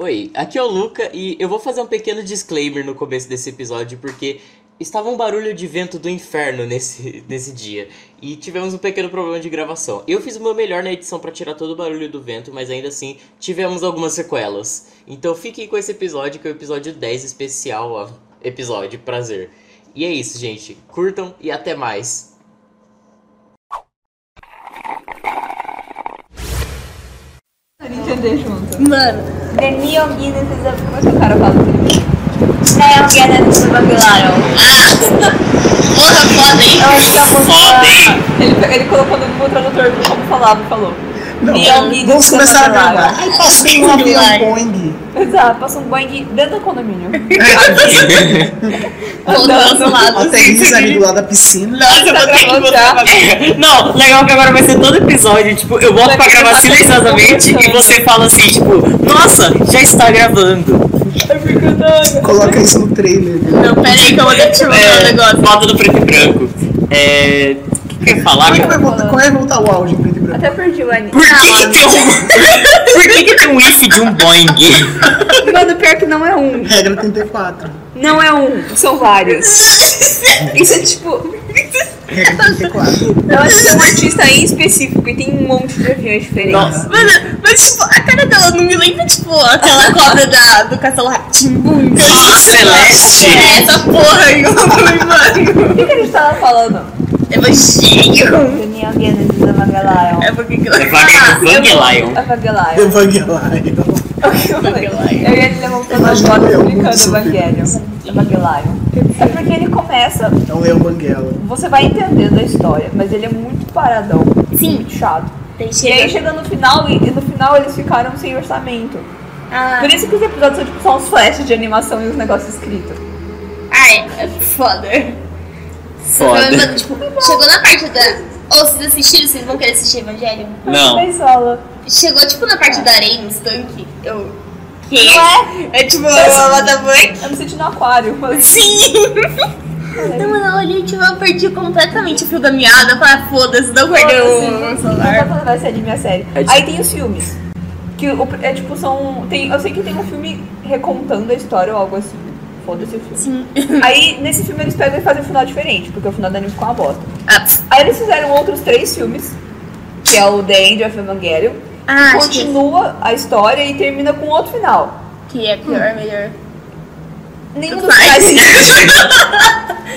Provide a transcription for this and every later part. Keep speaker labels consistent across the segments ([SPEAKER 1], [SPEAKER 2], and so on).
[SPEAKER 1] Oi, aqui é o Luca e eu vou fazer um pequeno disclaimer no começo desse episódio porque estava um barulho de vento do inferno nesse, nesse dia e tivemos um pequeno problema de gravação. Eu fiz o meu melhor na edição para tirar todo o barulho do vento, mas ainda assim tivemos algumas sequelas. Então fiquem com esse episódio que é o episódio 10 especial, ó, episódio, prazer. E é isso, gente. Curtam e até mais.
[SPEAKER 2] entender junto.
[SPEAKER 3] Mano,
[SPEAKER 4] The Neon Guinness is a... Como é que o cara fala É isso? Neon Guinness is a Babylon.
[SPEAKER 3] porra, foda, hein?
[SPEAKER 4] Eu acho que é uma música...
[SPEAKER 2] Ele, ele colocou no Google Tradutor como falava e falou.
[SPEAKER 5] Não,
[SPEAKER 4] Neon Guinness
[SPEAKER 5] vamos
[SPEAKER 4] is a
[SPEAKER 5] começar a
[SPEAKER 4] Babylon.
[SPEAKER 5] gravar. Ai, passei um avião Boeing.
[SPEAKER 2] Exato, passou um Boeing dentro do condomínio.
[SPEAKER 3] Voltando do lado.
[SPEAKER 5] Até isso ali do lado da piscina.
[SPEAKER 6] Nossa, eu vou ter é que botar pra... Não, legal que agora vai ser todo episódio, tipo, eu boto
[SPEAKER 2] Vai
[SPEAKER 6] pra
[SPEAKER 2] ter que
[SPEAKER 6] gravar
[SPEAKER 2] botar
[SPEAKER 6] silenciosamente
[SPEAKER 2] tudo
[SPEAKER 6] e você fala assim, tipo, nossa, já está gravando.
[SPEAKER 5] Coloca isso no trailer. né?
[SPEAKER 3] Não, pera aí que eu vou deixar
[SPEAKER 6] É,
[SPEAKER 3] o negócio.
[SPEAKER 6] Bota no preto e branco. É. O que que eu ia falar?
[SPEAKER 5] Como é que vai
[SPEAKER 6] cara?
[SPEAKER 5] voltar? Como é que vai voltar o áudio em preto e branco?
[SPEAKER 4] Até perdi o anime.
[SPEAKER 6] Por que, que tem um. Por que, que tem um if de um Boeing?
[SPEAKER 4] Mano, pior que não é um.
[SPEAKER 5] Regra 34.
[SPEAKER 4] Não é um. São vários. Isso é tipo...
[SPEAKER 5] Regra 34.
[SPEAKER 4] Eu acho que é um artista em específico e tem um monte de aviões diferentes.
[SPEAKER 6] Nossa.
[SPEAKER 3] Mano, mas tipo, a cara dela não me lembra, tipo, aquela cobra da, do castelo Ratimbum.
[SPEAKER 6] Celeste!
[SPEAKER 3] É essa porra aí, eu falei, mano.
[SPEAKER 2] O que, que a gente tava falando?
[SPEAKER 3] Evangelho.
[SPEAKER 4] The Neon Guinness is a Babylon.
[SPEAKER 3] É porque que eu
[SPEAKER 6] É vaga do Bang Lion.
[SPEAKER 2] A Vangelion.
[SPEAKER 5] Evangelion.
[SPEAKER 2] O que eu falei? Eu ia ele levantando as
[SPEAKER 6] é
[SPEAKER 5] Imagina
[SPEAKER 6] um
[SPEAKER 2] fotos
[SPEAKER 5] eu,
[SPEAKER 2] explicando
[SPEAKER 5] isso.
[SPEAKER 2] o Evangelion. A Vangelion. É porque ele começa,
[SPEAKER 5] É um leão banguela.
[SPEAKER 2] você vai entendendo a história, mas ele é muito paradão.
[SPEAKER 3] Sim.
[SPEAKER 2] Muito chato.
[SPEAKER 3] Tem
[SPEAKER 2] E aí
[SPEAKER 3] cheiro.
[SPEAKER 2] chega no final e, e no final eles ficaram sem orçamento.
[SPEAKER 3] Ah,
[SPEAKER 2] Por isso que os episódios são tipo só uns flashes de animação e os negócios escritos.
[SPEAKER 3] ai, é foda. Foi,
[SPEAKER 6] Foda.
[SPEAKER 3] mano, tipo, chegou na parte da. Ou vocês assistiram, vocês vão querer assistir Evangelho?
[SPEAKER 6] Não.
[SPEAKER 2] Mas aula.
[SPEAKER 3] Chegou tipo na parte da areia, no tanque. Eu. Que?
[SPEAKER 2] Não
[SPEAKER 3] É tipo, ela da banca.
[SPEAKER 2] Eu me senti no aquário. Mas...
[SPEAKER 3] Sim! Não, mano, eu olhei, tipo, eu perdi completamente o fio da meada. Eu Falei, "Ah, foda-se, não guardei o
[SPEAKER 2] Foda-se, Não
[SPEAKER 3] celular.
[SPEAKER 2] vou falar série de minha série. Aí tem os filmes. Que o- é tipo, são. Tem, eu sei que tem um filme recontando a história ou algo assim. Foda-se o filme.
[SPEAKER 3] Sim.
[SPEAKER 2] Aí, nesse filme, eles pegam e fazem um final diferente, porque o final do anime ficou uma bosta.
[SPEAKER 3] Ah, pss.
[SPEAKER 2] Aí eles fizeram outros três filmes, que é o The End of Evangelion.
[SPEAKER 3] Ah, acho que-
[SPEAKER 2] continua a história e termina com outro final.
[SPEAKER 3] que é pior, melhor.
[SPEAKER 2] Nenhum
[SPEAKER 3] Tanto
[SPEAKER 2] dos
[SPEAKER 3] faz.
[SPEAKER 2] finais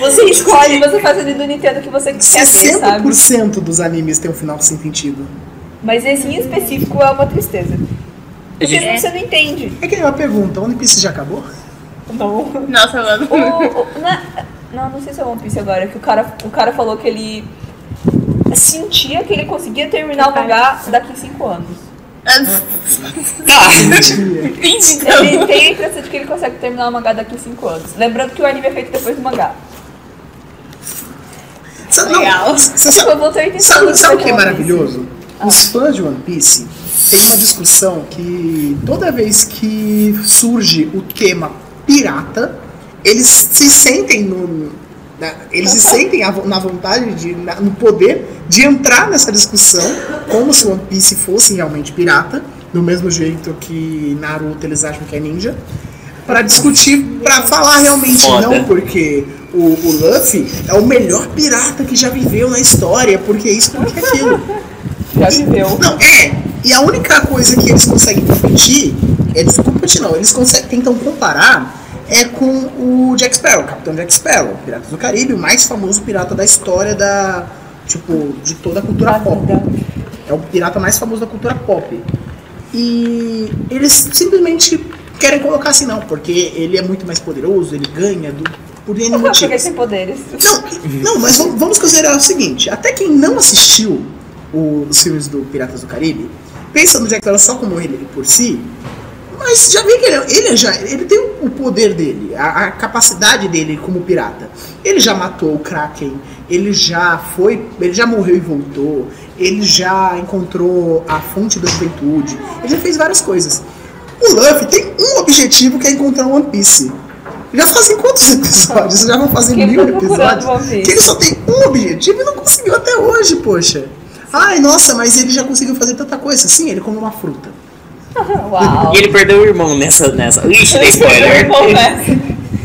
[SPEAKER 2] você escolhe, você faz ali do Nintendo que você quer ver, sabe?
[SPEAKER 5] 60% dos animes tem um final sem sentido.
[SPEAKER 2] Mas esse em específico é uma tristeza.
[SPEAKER 6] A
[SPEAKER 2] Porque
[SPEAKER 6] gente-
[SPEAKER 2] você não entende.
[SPEAKER 5] É que é uma pergunta. One Piece já acabou?
[SPEAKER 2] Não.
[SPEAKER 3] Nossa, mano.
[SPEAKER 2] O, o- na- não, não sei se é One Piece agora, que o cara, o cara falou que ele sentia que ele conseguia terminar o mangá daqui 5 anos.
[SPEAKER 3] Ah, pss.
[SPEAKER 1] Ah.
[SPEAKER 5] Mentira.
[SPEAKER 3] Entendi, então.
[SPEAKER 2] Ele tem a impressão de que ele consegue terminar o mangá daqui 5 anos. Lembrando que o anime é feito depois do mangá.
[SPEAKER 5] Sabe, não,
[SPEAKER 3] Legal.
[SPEAKER 5] você sabe,
[SPEAKER 2] Eu vou ter
[SPEAKER 5] sabe, sabe o que Ah. é maravilhoso? Os fãs de One Piece têm uma discussão que toda vez que surge o tema pirata, eles se sentem no. na- né? eles se sentem à vo- na vontade, de, na- no poder de entrar nessa discussão como se One Piece fosse realmente pirata, do mesmo jeito que Naruto eles acham que é ninja, para discutir, para falar realmente
[SPEAKER 6] Foda.
[SPEAKER 5] não, porque o, o Luffy é o melhor pirata que já viveu na história, porque isso, porque aquilo.
[SPEAKER 2] Já viveu.
[SPEAKER 5] Não, é. E a única coisa que eles conseguem competir, eles competir não, eles conseguem, tentam comparar é com o Jack Sparrow, o Capitão Jack Sparrow, Piratas do Caribe, o mais famoso pirata da história da, tipo, de toda a cultura pop. É o pirata mais famoso da cultura pop. E eles simplesmente querem colocar assim, não, porque ele é muito mais poderoso, ele ganha do, por
[SPEAKER 2] Porque
[SPEAKER 5] N
[SPEAKER 2] ele
[SPEAKER 5] motivos.
[SPEAKER 2] tem poderes.
[SPEAKER 5] Não, não, mas vamos, vamos considerar o seguinte: até quem não assistiu o- os filmes do Piratas do Caribe, pensa no Jack Sparrow só como ele por si, mas já vê que ele, é- ele é já ele tem o poder dele, a, a capacidade dele como pirata. Ele já matou o Kraken, ele já foi, ele já morreu e voltou, ele já encontrou a fonte da juventude, ele já fez várias coisas. O Luffy tem um objetivo que é encontrar o One Piece. Já fazem quantos episódios? Já vão fazer
[SPEAKER 2] Quem
[SPEAKER 5] mil
[SPEAKER 2] tá procurando
[SPEAKER 5] episódios?
[SPEAKER 2] One Piece?
[SPEAKER 5] Que ele só tem um objetivo e não conseguiu até hoje, poxa. Ai, nossa, mas ele já conseguiu fazer tanta coisa. Sim, ele comeu uma fruta.
[SPEAKER 2] Uau. é
[SPEAKER 1] E ele perdeu o irmão nessa. nessa. Ixi,
[SPEAKER 5] é
[SPEAKER 1] dei spoiler.
[SPEAKER 2] né?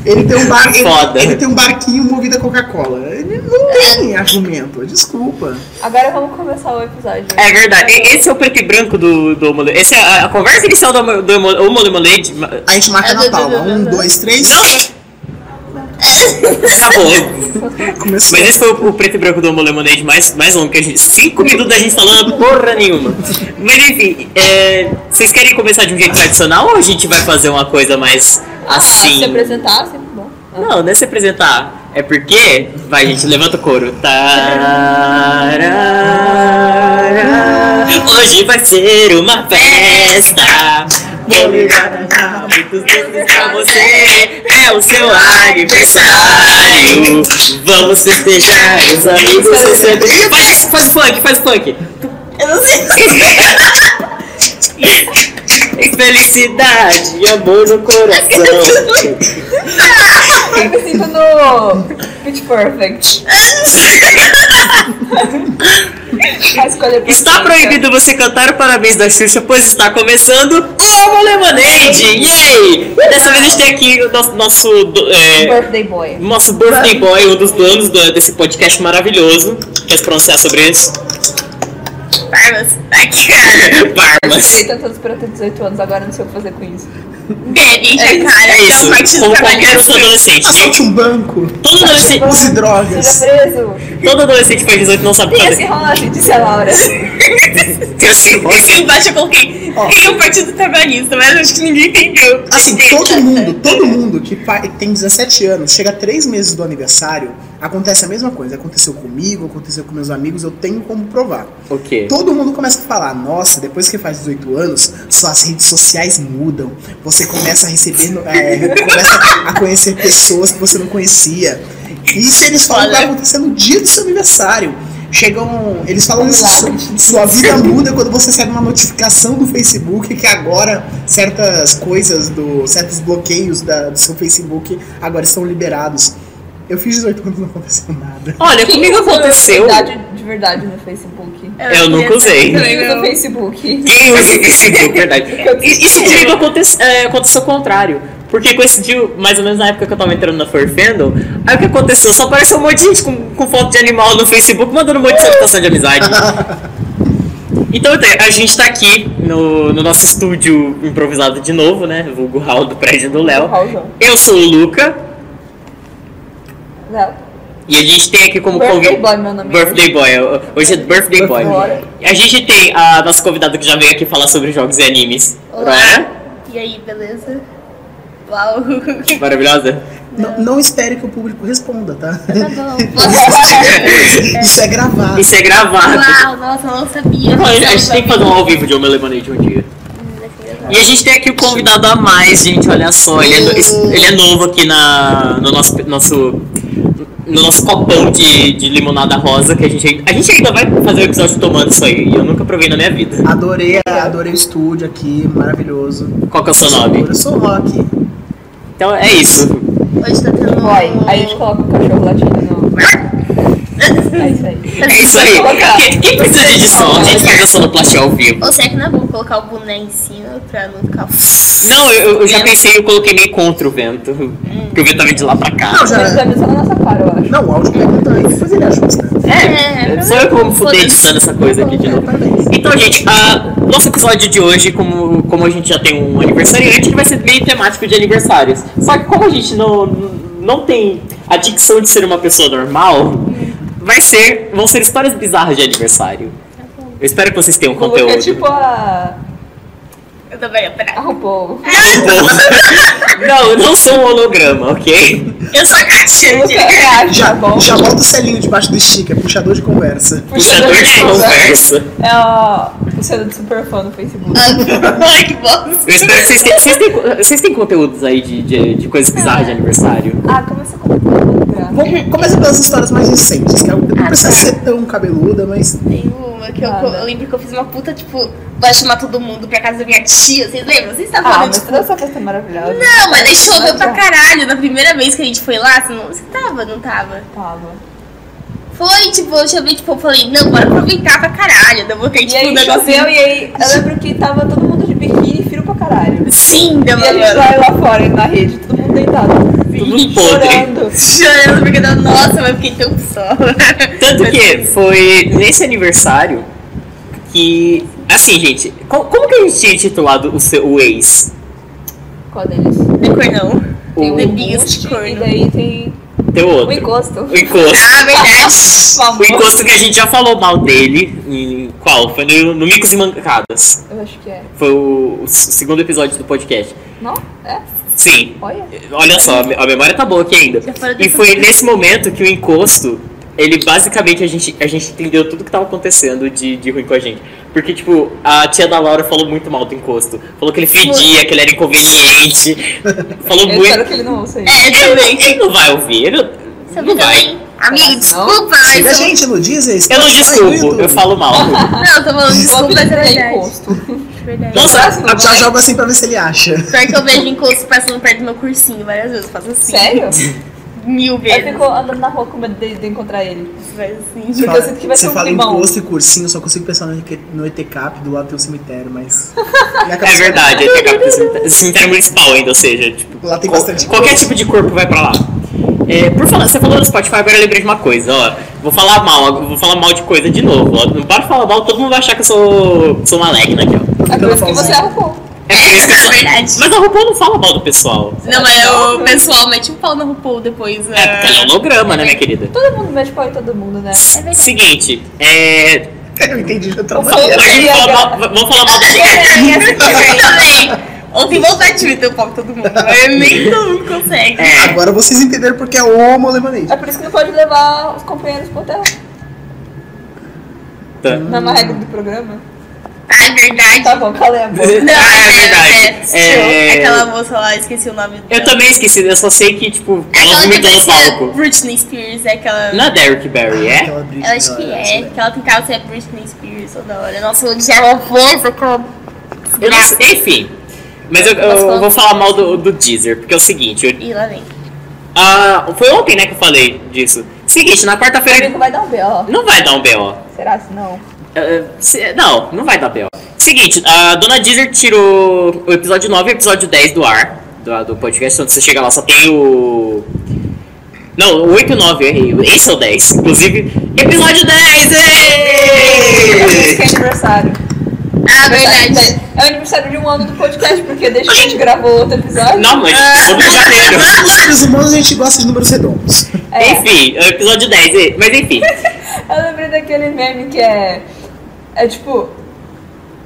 [SPEAKER 5] Ele tem um bar, ele-
[SPEAKER 1] Foda.
[SPEAKER 5] ele tem um barquinho movido a Coca-Cola. Ele não tem argumento, desculpa.
[SPEAKER 2] Agora vamos começar o episódio.
[SPEAKER 1] É verdade. E- Esse é o preto e branco do, do Homo Essa é a, a conversa inicial do Homo- do Homo do Homo Lemonade. ma-
[SPEAKER 5] A gente marca
[SPEAKER 3] É,
[SPEAKER 5] na
[SPEAKER 3] do-
[SPEAKER 5] palma.
[SPEAKER 3] do- do-
[SPEAKER 5] Um,
[SPEAKER 3] do-
[SPEAKER 5] dois, três.
[SPEAKER 1] Não! Acabou. Tá
[SPEAKER 5] Começou.
[SPEAKER 1] Mas esse foi o, o preto e branco do Homo Lemonade mais, mais longo que a gente. Cinco minutos da gente falando porra nenhuma. Mas enfim, é, vocês querem começar de um jeito tradicional ou a gente vai fazer uma coisa mais assim?
[SPEAKER 2] Se apresentar, sempre bom.
[SPEAKER 1] Não, não é se apresentar. É porque. Vai, gente, levanta o couro. Tarará. Hoje vai ser uma festa. Vou ligar muitos doces pra você. É o seu aniversário. Vamos festejar os amigos. do seu- Ih, Faz, faz funk, faz funk. Eu não sei. Felicidade e amor no coração.
[SPEAKER 2] Eu me sinto no Pitch Perfect. A escolha é
[SPEAKER 1] Está
[SPEAKER 2] perfeita.
[SPEAKER 1] proibido você cantar o parabéns da Xuxa, pois está começando o Homo Lemonade! Yay! Dessa vez a gente tem aqui o nosso, nosso, do- é,
[SPEAKER 2] Birthday Boy.
[SPEAKER 1] nosso birthday boy, um dos donos do- desse podcast maravilhoso. Quer se pronunciar sobre isso?
[SPEAKER 3] Barbas. Tá Aqui.
[SPEAKER 1] Barbas!
[SPEAKER 2] Feita todos para ter 18 anos, agora não sei o que fazer com isso.
[SPEAKER 3] Bebe,
[SPEAKER 2] É isso,
[SPEAKER 3] cara.
[SPEAKER 1] É
[SPEAKER 3] que o
[SPEAKER 1] isso,
[SPEAKER 3] um Partido
[SPEAKER 1] como qualquer
[SPEAKER 3] Trabalhista.
[SPEAKER 1] outro adolescente.
[SPEAKER 5] Assalte um banco.
[SPEAKER 1] Todo adolescente,
[SPEAKER 5] Use drogas.
[SPEAKER 2] Seja preso.
[SPEAKER 1] todo adolescente faz 18 não sabe o que
[SPEAKER 2] Tem esse
[SPEAKER 1] fazer.
[SPEAKER 2] rolagem, disse a Laura.
[SPEAKER 1] É Eu sei, eu sei.
[SPEAKER 3] Aqui embaixo eu coloquei. Tem o Partido Trabalhista, mas acho que ninguém entendeu.
[SPEAKER 5] Assim, todo mundo, todo mundo que fa- tem 17 anos, chega a três meses do aniversário, acontece a mesma coisa. Aconteceu comigo, aconteceu com meus amigos, eu tenho como provar.
[SPEAKER 1] O quê?
[SPEAKER 5] Todo mundo começa a falar, nossa, depois que faz 18 anos, suas redes sociais mudam. Você começa a receber, no- é, começa a conhecer pessoas que você não conhecia. Isso eles falam que vai acontecer no dia do seu aniversário. Chegam. Eles falam isso. su- Sua vida muda quando você recebe uma notificação do Facebook que agora certas coisas, do, certos bloqueios da- do seu Facebook agora estão liberados. Eu fiz 18 anos e não aconteceu nada.
[SPEAKER 1] Olha, comigo
[SPEAKER 2] Quem usou
[SPEAKER 1] aconteceu. É,
[SPEAKER 2] De verdade, de verdade no Facebook.
[SPEAKER 1] Eu nunca usei.
[SPEAKER 2] Eu lembro do Facebook.
[SPEAKER 1] Quem usa o Facebook, verdade. I- Isso comigo aconte- é, aconteceu o contrário. Porque coincidiu mais ou menos na época que eu tava entrando na Forfendo. Aí o que aconteceu? Só apareceu um monte de gente com, com foto de animal no Facebook mandando um monte de solicitação de amizade. Então até, a gente tá aqui no, no nosso estúdio improvisado de novo, né? Vulgo hall do prédio do Léo.
[SPEAKER 2] Raulzão.
[SPEAKER 1] Eu sou o Luca.
[SPEAKER 2] Léo.
[SPEAKER 1] E a gente tem aqui como
[SPEAKER 2] Birthday
[SPEAKER 1] convi-
[SPEAKER 2] Boy, meu nome é.
[SPEAKER 1] Birthday Boy. eu- Hoje é Birthday Boy.
[SPEAKER 2] Bora.
[SPEAKER 1] A gente tem a nossa convidada que já veio aqui falar sobre jogos e animes.
[SPEAKER 3] Olá.
[SPEAKER 1] Laura.
[SPEAKER 3] E aí, beleza? Uau.
[SPEAKER 1] é? Maravilhosa?
[SPEAKER 5] Não, não espere que o público responda, tá?
[SPEAKER 3] Tá bom.
[SPEAKER 5] Isso é gravado.
[SPEAKER 1] Isso é gravado.
[SPEAKER 3] Uau, nossa, eu não sabia.
[SPEAKER 1] A gente tem que fazer um ao vivo de Homem Lemonade um dia. E a gente tem aqui o convidado a mais, gente. Olha só, ele é, no- ele é novo aqui na, no nosso, nosso, no nosso copão de, de limonada rosa. Que a gente, ainda- a gente ainda vai fazer o episódio tomando isso aí. E eu nunca provei na minha vida.
[SPEAKER 5] Adorei, a- adorei o estúdio aqui, maravilhoso.
[SPEAKER 1] Qual que é o seu nome?
[SPEAKER 5] Eu sou o Rock.
[SPEAKER 1] Então é isso.
[SPEAKER 3] Hoje tá tendo.
[SPEAKER 2] Boy. Aí a gente coloca o cachorro latindo no. É isso aí.
[SPEAKER 1] É isso aí. Quem, quem precisa de som? A gente faz a sonoplastia ao vivo.
[SPEAKER 3] Ou será que não é bom colocar o boné em cima pra não ficar. um
[SPEAKER 1] Não, eu, eu já pensei, eu coloquei meio contra o vento. Porque o vento tava de lá pra cá.
[SPEAKER 5] Não,
[SPEAKER 2] Mas
[SPEAKER 5] já.
[SPEAKER 2] é só na nossa cara, eu acho.
[SPEAKER 5] Não, o áudio pega também, depois ele ajusta.
[SPEAKER 1] É,
[SPEAKER 3] É,
[SPEAKER 1] sou eu que vou me fuder
[SPEAKER 3] foda-se.
[SPEAKER 1] editando essa coisa aqui de novo.
[SPEAKER 5] é, Parabéns.
[SPEAKER 1] Então, gente, a nosso episódio de hoje, como, como a gente já tem um aniversariante, ele vai ser meio temático de aniversários. Só que como a gente não, não tem a dicção de ser uma pessoa normal, vai ser, vão ser histórias bizarras de aniversário. Eu espero que vocês tenham
[SPEAKER 2] O Luca é
[SPEAKER 1] conteúdo.
[SPEAKER 2] tipo a.
[SPEAKER 3] Eu também,
[SPEAKER 2] a
[SPEAKER 3] pera.
[SPEAKER 2] RuPaul.
[SPEAKER 1] Não, eu não sou um holograma, ok?
[SPEAKER 3] Eu sou a
[SPEAKER 2] O
[SPEAKER 3] Katia.
[SPEAKER 2] Luca é a
[SPEAKER 1] Tá
[SPEAKER 5] Já,
[SPEAKER 2] Jabol.
[SPEAKER 5] já bota o selinho debaixo do stick, é puxador de conversa.
[SPEAKER 1] Puxador de é conversa.
[SPEAKER 2] É a cena de super fã no Facebook.
[SPEAKER 3] Ah, Ai, que bosta.
[SPEAKER 1] Eu espero que vocês tenham, vocês tenham, vocês têm conteúdos aí de, de, de coisas bizarras de aniversário.
[SPEAKER 2] Ah, começa com o
[SPEAKER 5] Vamos- Começa pelas histórias mais recentes, que não
[SPEAKER 1] Ah, tá.
[SPEAKER 5] precisa ser tão cabeluda, mas.
[SPEAKER 3] Tem uma que eu,
[SPEAKER 2] Ah,
[SPEAKER 3] co-
[SPEAKER 2] não.
[SPEAKER 3] eu lembro que eu fiz uma puta, tipo, vai chamar todo mundo pra casa da minha tia. Vocês lembram? Vocês estavam
[SPEAKER 2] Ah,
[SPEAKER 3] falando,
[SPEAKER 2] mas
[SPEAKER 3] tipo,
[SPEAKER 2] toda essa festa é maravilhosa.
[SPEAKER 3] não, mas deixou choveu
[SPEAKER 2] Mas tá.
[SPEAKER 3] pra
[SPEAKER 2] já
[SPEAKER 3] caralho. Na primeira vez que a gente foi lá, você, não, você tava, não tava?
[SPEAKER 2] Tava.
[SPEAKER 3] Foi, tipo, eu chamei, tipo, eu falei, não, bora aproveitar pra caralho. Daí eu botei,
[SPEAKER 2] E
[SPEAKER 3] tipo, um
[SPEAKER 2] aí
[SPEAKER 3] negócio.
[SPEAKER 2] choveu, e aí eu lembro que tava todo mundo de biquíni e frio pra caralho.
[SPEAKER 3] Sim, deu
[SPEAKER 2] E a gente lá, lá fora, na rede, todo mundo deitado.
[SPEAKER 1] mundo podre.
[SPEAKER 2] chorando.
[SPEAKER 3] Chorando, porque da nossa, mas eu fiquei tão pistola.
[SPEAKER 1] Tanto que foi nesse aniversário que. Assim, gente, co- como que a gente tinha titulado o seu o ex?
[SPEAKER 2] Qual deles?
[SPEAKER 3] De cornão.
[SPEAKER 2] Tem
[SPEAKER 3] The
[SPEAKER 2] o
[SPEAKER 3] Biggest
[SPEAKER 2] Gucci, E
[SPEAKER 3] Corno.
[SPEAKER 2] daí tem
[SPEAKER 1] Teu
[SPEAKER 2] o
[SPEAKER 1] outro.
[SPEAKER 2] encosto.
[SPEAKER 1] O encosto.
[SPEAKER 3] Ah, verdade.
[SPEAKER 1] O encosto que a gente já falou mal dele. Em qual? Foi no, no Micos e Mancadas.
[SPEAKER 2] Eu acho que é.
[SPEAKER 1] Foi o, o segundo episódio do podcast.
[SPEAKER 2] Não? É?
[SPEAKER 1] Sim.
[SPEAKER 2] Olha.
[SPEAKER 1] Olha só, a me- a memória tá boa aqui ainda.
[SPEAKER 3] fora do
[SPEAKER 1] E foi nesse momento que o encosto, ele basicamente a gente, a gente entendeu tudo que tava acontecendo de, de ruim com a gente. Porque, tipo, a tia da Laura falou muito mal do encosto. Falou que ele fedia, que ele era inconveniente. Falou
[SPEAKER 2] Eu
[SPEAKER 1] muito.
[SPEAKER 2] espero que ele não ouça isso.
[SPEAKER 3] É, eu também.
[SPEAKER 1] Ele não vai ouvir. ele não-
[SPEAKER 3] Você
[SPEAKER 1] Não vai.
[SPEAKER 3] também. Amigo, desculpa, mas.
[SPEAKER 5] Siga a
[SPEAKER 3] eu-
[SPEAKER 5] gente no Deezer,
[SPEAKER 1] Eu não
[SPEAKER 5] Spotify, no
[SPEAKER 1] desculpo,
[SPEAKER 5] YouTube.
[SPEAKER 1] eu falo mal.
[SPEAKER 3] Não, eu tô falando
[SPEAKER 2] O
[SPEAKER 3] desculpa, mas
[SPEAKER 2] apelido
[SPEAKER 3] é
[SPEAKER 2] dele é
[SPEAKER 3] verdade.
[SPEAKER 2] encosto.
[SPEAKER 3] verdade.
[SPEAKER 1] Nossa,
[SPEAKER 5] Eu Já jogo assim pra ver se ele acha.
[SPEAKER 3] Pior que eu vejo encosto passando perto do meu cursinho várias vezes. eu Faço assim.
[SPEAKER 2] Sério?
[SPEAKER 3] Mil
[SPEAKER 2] Eu
[SPEAKER 3] vezes.
[SPEAKER 2] fico andando na rua com medo de, de encontrar ele.
[SPEAKER 3] Faz assim.
[SPEAKER 2] Porque eu sinto que vai
[SPEAKER 5] você
[SPEAKER 2] ser um
[SPEAKER 5] fala
[SPEAKER 2] climão.
[SPEAKER 5] em posto e cursinho, eu só consigo pensar no, ET no ETCAP do lado tem um cemitério, mas. Minha
[SPEAKER 1] é
[SPEAKER 5] cabeça-
[SPEAKER 1] verdade, ele tem que pro cemitério- cemitério municipal ainda, ou seja, tipo,
[SPEAKER 5] Lá tem
[SPEAKER 1] qual-
[SPEAKER 5] bastante
[SPEAKER 1] qualquer
[SPEAKER 5] coisa.
[SPEAKER 1] tipo de corpo vai pra lá. É, por falar, você falou do Spotify, agora eu lembrei de uma coisa, ó. Vou falar mal, ó, vou falar mal de coisa de novo, ó. Não para de falar mal, todo mundo vai achar que eu sou, sou maligna aqui, ó.
[SPEAKER 2] É por isso que você
[SPEAKER 5] Pausando.
[SPEAKER 2] arrumou.
[SPEAKER 1] É por isso que eu sou...
[SPEAKER 3] verdade.
[SPEAKER 1] Mas a RuPaul não fala mal do pessoal.
[SPEAKER 3] Não, mas o pessoal mete um pau na RuPaul depois.
[SPEAKER 1] É, porque ela é um holograma, né, minha querida?
[SPEAKER 2] Todo mundo mexe pau em todo mundo, né?
[SPEAKER 1] Seguinte, é.
[SPEAKER 5] Eu entendi, já tô
[SPEAKER 2] Eu
[SPEAKER 1] Hoje
[SPEAKER 2] queria-
[SPEAKER 1] vamos falar mal, vamos falar mal do.
[SPEAKER 3] também. Ontem vontade de meter o pau em todo mundo.
[SPEAKER 1] É.
[SPEAKER 3] Mas nem todo mundo consegue.
[SPEAKER 5] Agora vocês entenderam porque é homo lemonade.
[SPEAKER 2] É por isso que não pode levar os companheiros pro hotel.
[SPEAKER 1] Tá.
[SPEAKER 2] Não é uma regra do programa?
[SPEAKER 3] Ah, verdade.
[SPEAKER 2] Tá bom, calem a boca.
[SPEAKER 3] Não,
[SPEAKER 1] Ah, é verdade.
[SPEAKER 3] é,
[SPEAKER 1] É.
[SPEAKER 3] Aquela moça lá, esqueci o nome dela.
[SPEAKER 1] Eu também esqueci, eu só sei que, tipo,
[SPEAKER 3] É
[SPEAKER 1] ela
[SPEAKER 3] aquela que
[SPEAKER 1] vomitou no
[SPEAKER 3] parecia
[SPEAKER 1] palco.
[SPEAKER 3] Britney Spears, é aquela.
[SPEAKER 1] Não é Derrick Barry, é?
[SPEAKER 5] Aquela assim,
[SPEAKER 3] Eu acho que é,
[SPEAKER 5] né?
[SPEAKER 3] que ela tentava ser a Britney Spears toda hora. Nossa, eu odiava a voz daquela.
[SPEAKER 1] Eu não sei, enfim. Mas eu, eu
[SPEAKER 3] Posso falar?
[SPEAKER 1] vou falar mal do, do Deezer, porque é o seguinte, eu-
[SPEAKER 3] E lá vem.
[SPEAKER 1] ah, foi ontem, né, que eu falei disso. Seguinte, na
[SPEAKER 2] O
[SPEAKER 1] quarta-feira
[SPEAKER 2] amigo vai dar um B, ó.
[SPEAKER 1] não vai dar um B.O.
[SPEAKER 2] Será se não?
[SPEAKER 1] Eh, se- não, não vai dar B.O. Seguinte, a dona Deezer tirou o episódio 9 e o episódio 10 do ar, do, do podcast, onde você chega lá, só tem o... Não, o 8 e o 9, eu errei. Esse é o 10, inclusive. Episódio 10!
[SPEAKER 2] Por isso que
[SPEAKER 1] ê!
[SPEAKER 2] é aniversário.
[SPEAKER 3] Ah, verdade.
[SPEAKER 2] É o aniversário de um ano do podcast, porque desde que a gente gravou outro episódio.
[SPEAKER 1] Não, mas vamos pro janeiro.
[SPEAKER 5] Os seres humanos a gente gosta de números redondos.
[SPEAKER 2] É.
[SPEAKER 1] Enfim, é o episódio 10, ê, mas enfim.
[SPEAKER 2] Eu lembrei daquele meme que é. É tipo.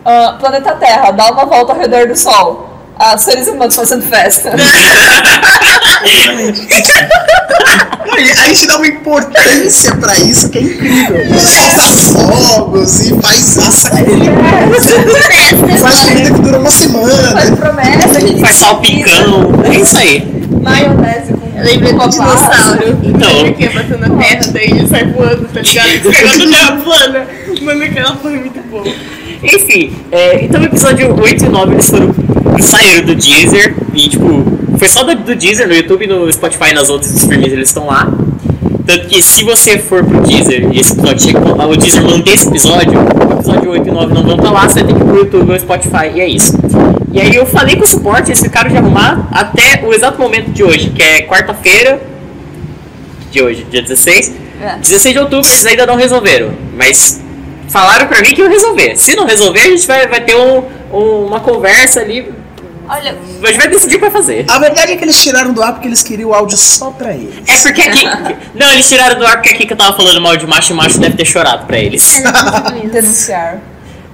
[SPEAKER 2] ah, planeta Terra, dá uma volta ao redor do Sol. Ah, os seres humanos fazendo festa.
[SPEAKER 5] Não, e A gente dá uma importância pra isso que é incrível. Solta fogos e faz essa
[SPEAKER 3] é
[SPEAKER 5] Faz comida que dura uma semana.
[SPEAKER 2] Faz promessa.
[SPEAKER 1] Faz salpicão. É isso aí.
[SPEAKER 2] Maionese com
[SPEAKER 3] Eu lembrei do
[SPEAKER 2] papas.
[SPEAKER 3] dinossauro.
[SPEAKER 1] Então.
[SPEAKER 3] Porque batendo na terra, daí ele sai voando, tá ligado? Pegando terra plana. Mano, aquela foi muito boa.
[SPEAKER 1] Enfim, é, então o episódio 8 e 9 eles foram. eles saíram do Deezer. E tipo, foi só do, do Deezer, no YouTube, no Spotify e nas outras streams eles estão lá. Tanto que se você for pro Deezer e esse episódio chegou lá, o Deezer mandou esse episódio, o episódio 8 e 9 não vão pra lá, você tem que ir pro YouTube ou Spotify e é isso. E aí eu falei com o suporte, eles ficaram de arrumar até o exato momento de hoje, que é quarta-feira de hoje, dia 16.
[SPEAKER 2] É.
[SPEAKER 1] 16 de outubro, eles ainda não resolveram. Mas falaram pra mim que iam resolver. Se não resolver, a gente vai, vai ter um- um- uma conversa ali.
[SPEAKER 2] Olha,
[SPEAKER 1] A gente vai decidir o que vai fazer.
[SPEAKER 5] A verdade é que eles tiraram do ar porque eles queriam o áudio só pra ele.
[SPEAKER 1] É porque aqui. Não, eles tiraram do ar porque aqui que eu tava falando mal de macho e macho deve ter chorado pra eles.
[SPEAKER 2] denunciar.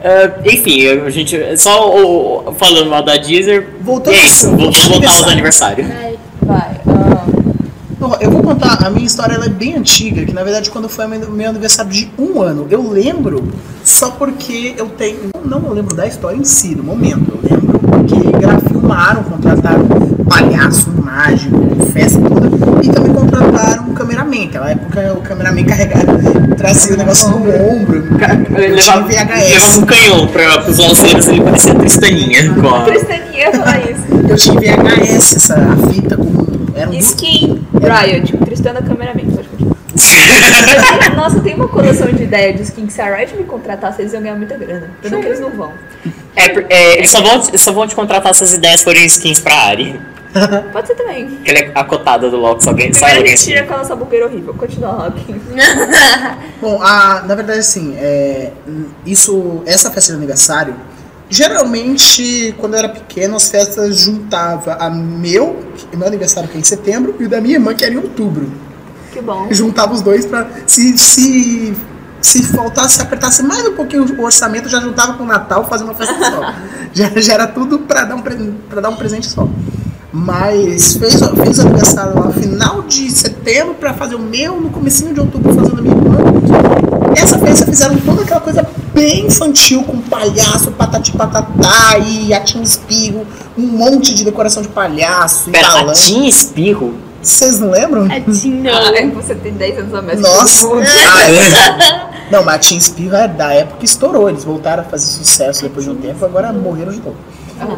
[SPEAKER 1] Ah, enfim, a gente. Só o- o- falando mal da Deezer.
[SPEAKER 5] Voltando
[SPEAKER 1] e é
[SPEAKER 5] ao É.
[SPEAKER 1] isso.
[SPEAKER 5] seu
[SPEAKER 1] Vou, vou voltar aos
[SPEAKER 5] aniversário.
[SPEAKER 1] aniversários.
[SPEAKER 2] Vai. ah,
[SPEAKER 5] Ó, Eu vou contar, a minha história ela é bem antiga, que na verdade quando foi meu meu aniversário de um ano, eu lembro só porque eu tenho. Não, eu lembro da história em si, do momento. Eu lembro porque gra- filmaram, contrataram um palhaço, um mágico, festa toda, e também contrataram um cameraman. Naquela época o cameraman carregava, trazia o negócio no ombro,
[SPEAKER 1] né?
[SPEAKER 5] ca- tinha
[SPEAKER 1] Levava, levava
[SPEAKER 5] VHS.
[SPEAKER 1] um canhão pra, pros lanceiros ali parecia a Tristaninha. Com a...
[SPEAKER 2] Tristaninha
[SPEAKER 4] é
[SPEAKER 2] ia falar isso.
[SPEAKER 5] Eu tinha VHS, essa a fita com. Era um
[SPEAKER 4] é
[SPEAKER 2] Skin. Riot. Tristana Cameraman. Pode continuar.
[SPEAKER 4] Nossa, eu tenho uma coleção de ideias de que se a Riot me contratasse, eles iam ganhar muita grana. Pena que eles não vão.
[SPEAKER 6] É, por- é, eles só vão, só vão te contratar se as ideias forem skins pra Ari.
[SPEAKER 4] Pode ser também.
[SPEAKER 6] Que ela é a cotada do LoL, que só ganha. Só
[SPEAKER 4] Primeiro
[SPEAKER 6] ela
[SPEAKER 4] a
[SPEAKER 6] ganha
[SPEAKER 4] gente
[SPEAKER 6] skin.
[SPEAKER 4] tira aquela sabugueira horrível. Continua, Rock.
[SPEAKER 5] Bom, a, na verdade, assim, é, hum, isso, essa festa de aniversário, geralmente, quando eu era pequeno, as festas juntava a meu, que- meu aniversário que é em setembro, e o da minha irmã, que era em outubro.
[SPEAKER 4] Que bom.
[SPEAKER 5] Juntava os dois pra. Se, se, se faltasse, se apertasse mais um pouquinho o orçamento, já juntava com o Natal fazer uma festa só. já, já era tudo pra dar um, pre- pra dar um presente só. Mas fez, fez aniversário lá no final de setembro pra fazer o meu, no comecinho de outubro fazendo a minha irmã. Essa festa fizeram toda aquela coisa bem infantil, com palhaço, patati patatá, e atinho espirro, um monte de decoração de palhaço, e
[SPEAKER 6] Pera, a
[SPEAKER 5] balão.
[SPEAKER 6] Tim Espirro?
[SPEAKER 5] Vocês não lembram?
[SPEAKER 3] Não.
[SPEAKER 4] Ah, você tem 10 anos a mais. que
[SPEAKER 5] Nossa!
[SPEAKER 4] todo mundo.
[SPEAKER 5] Não, mas a Teen Spirit é da época que estourou. Eles voltaram a fazer sucesso depois de um tempo, agora morreram de novo.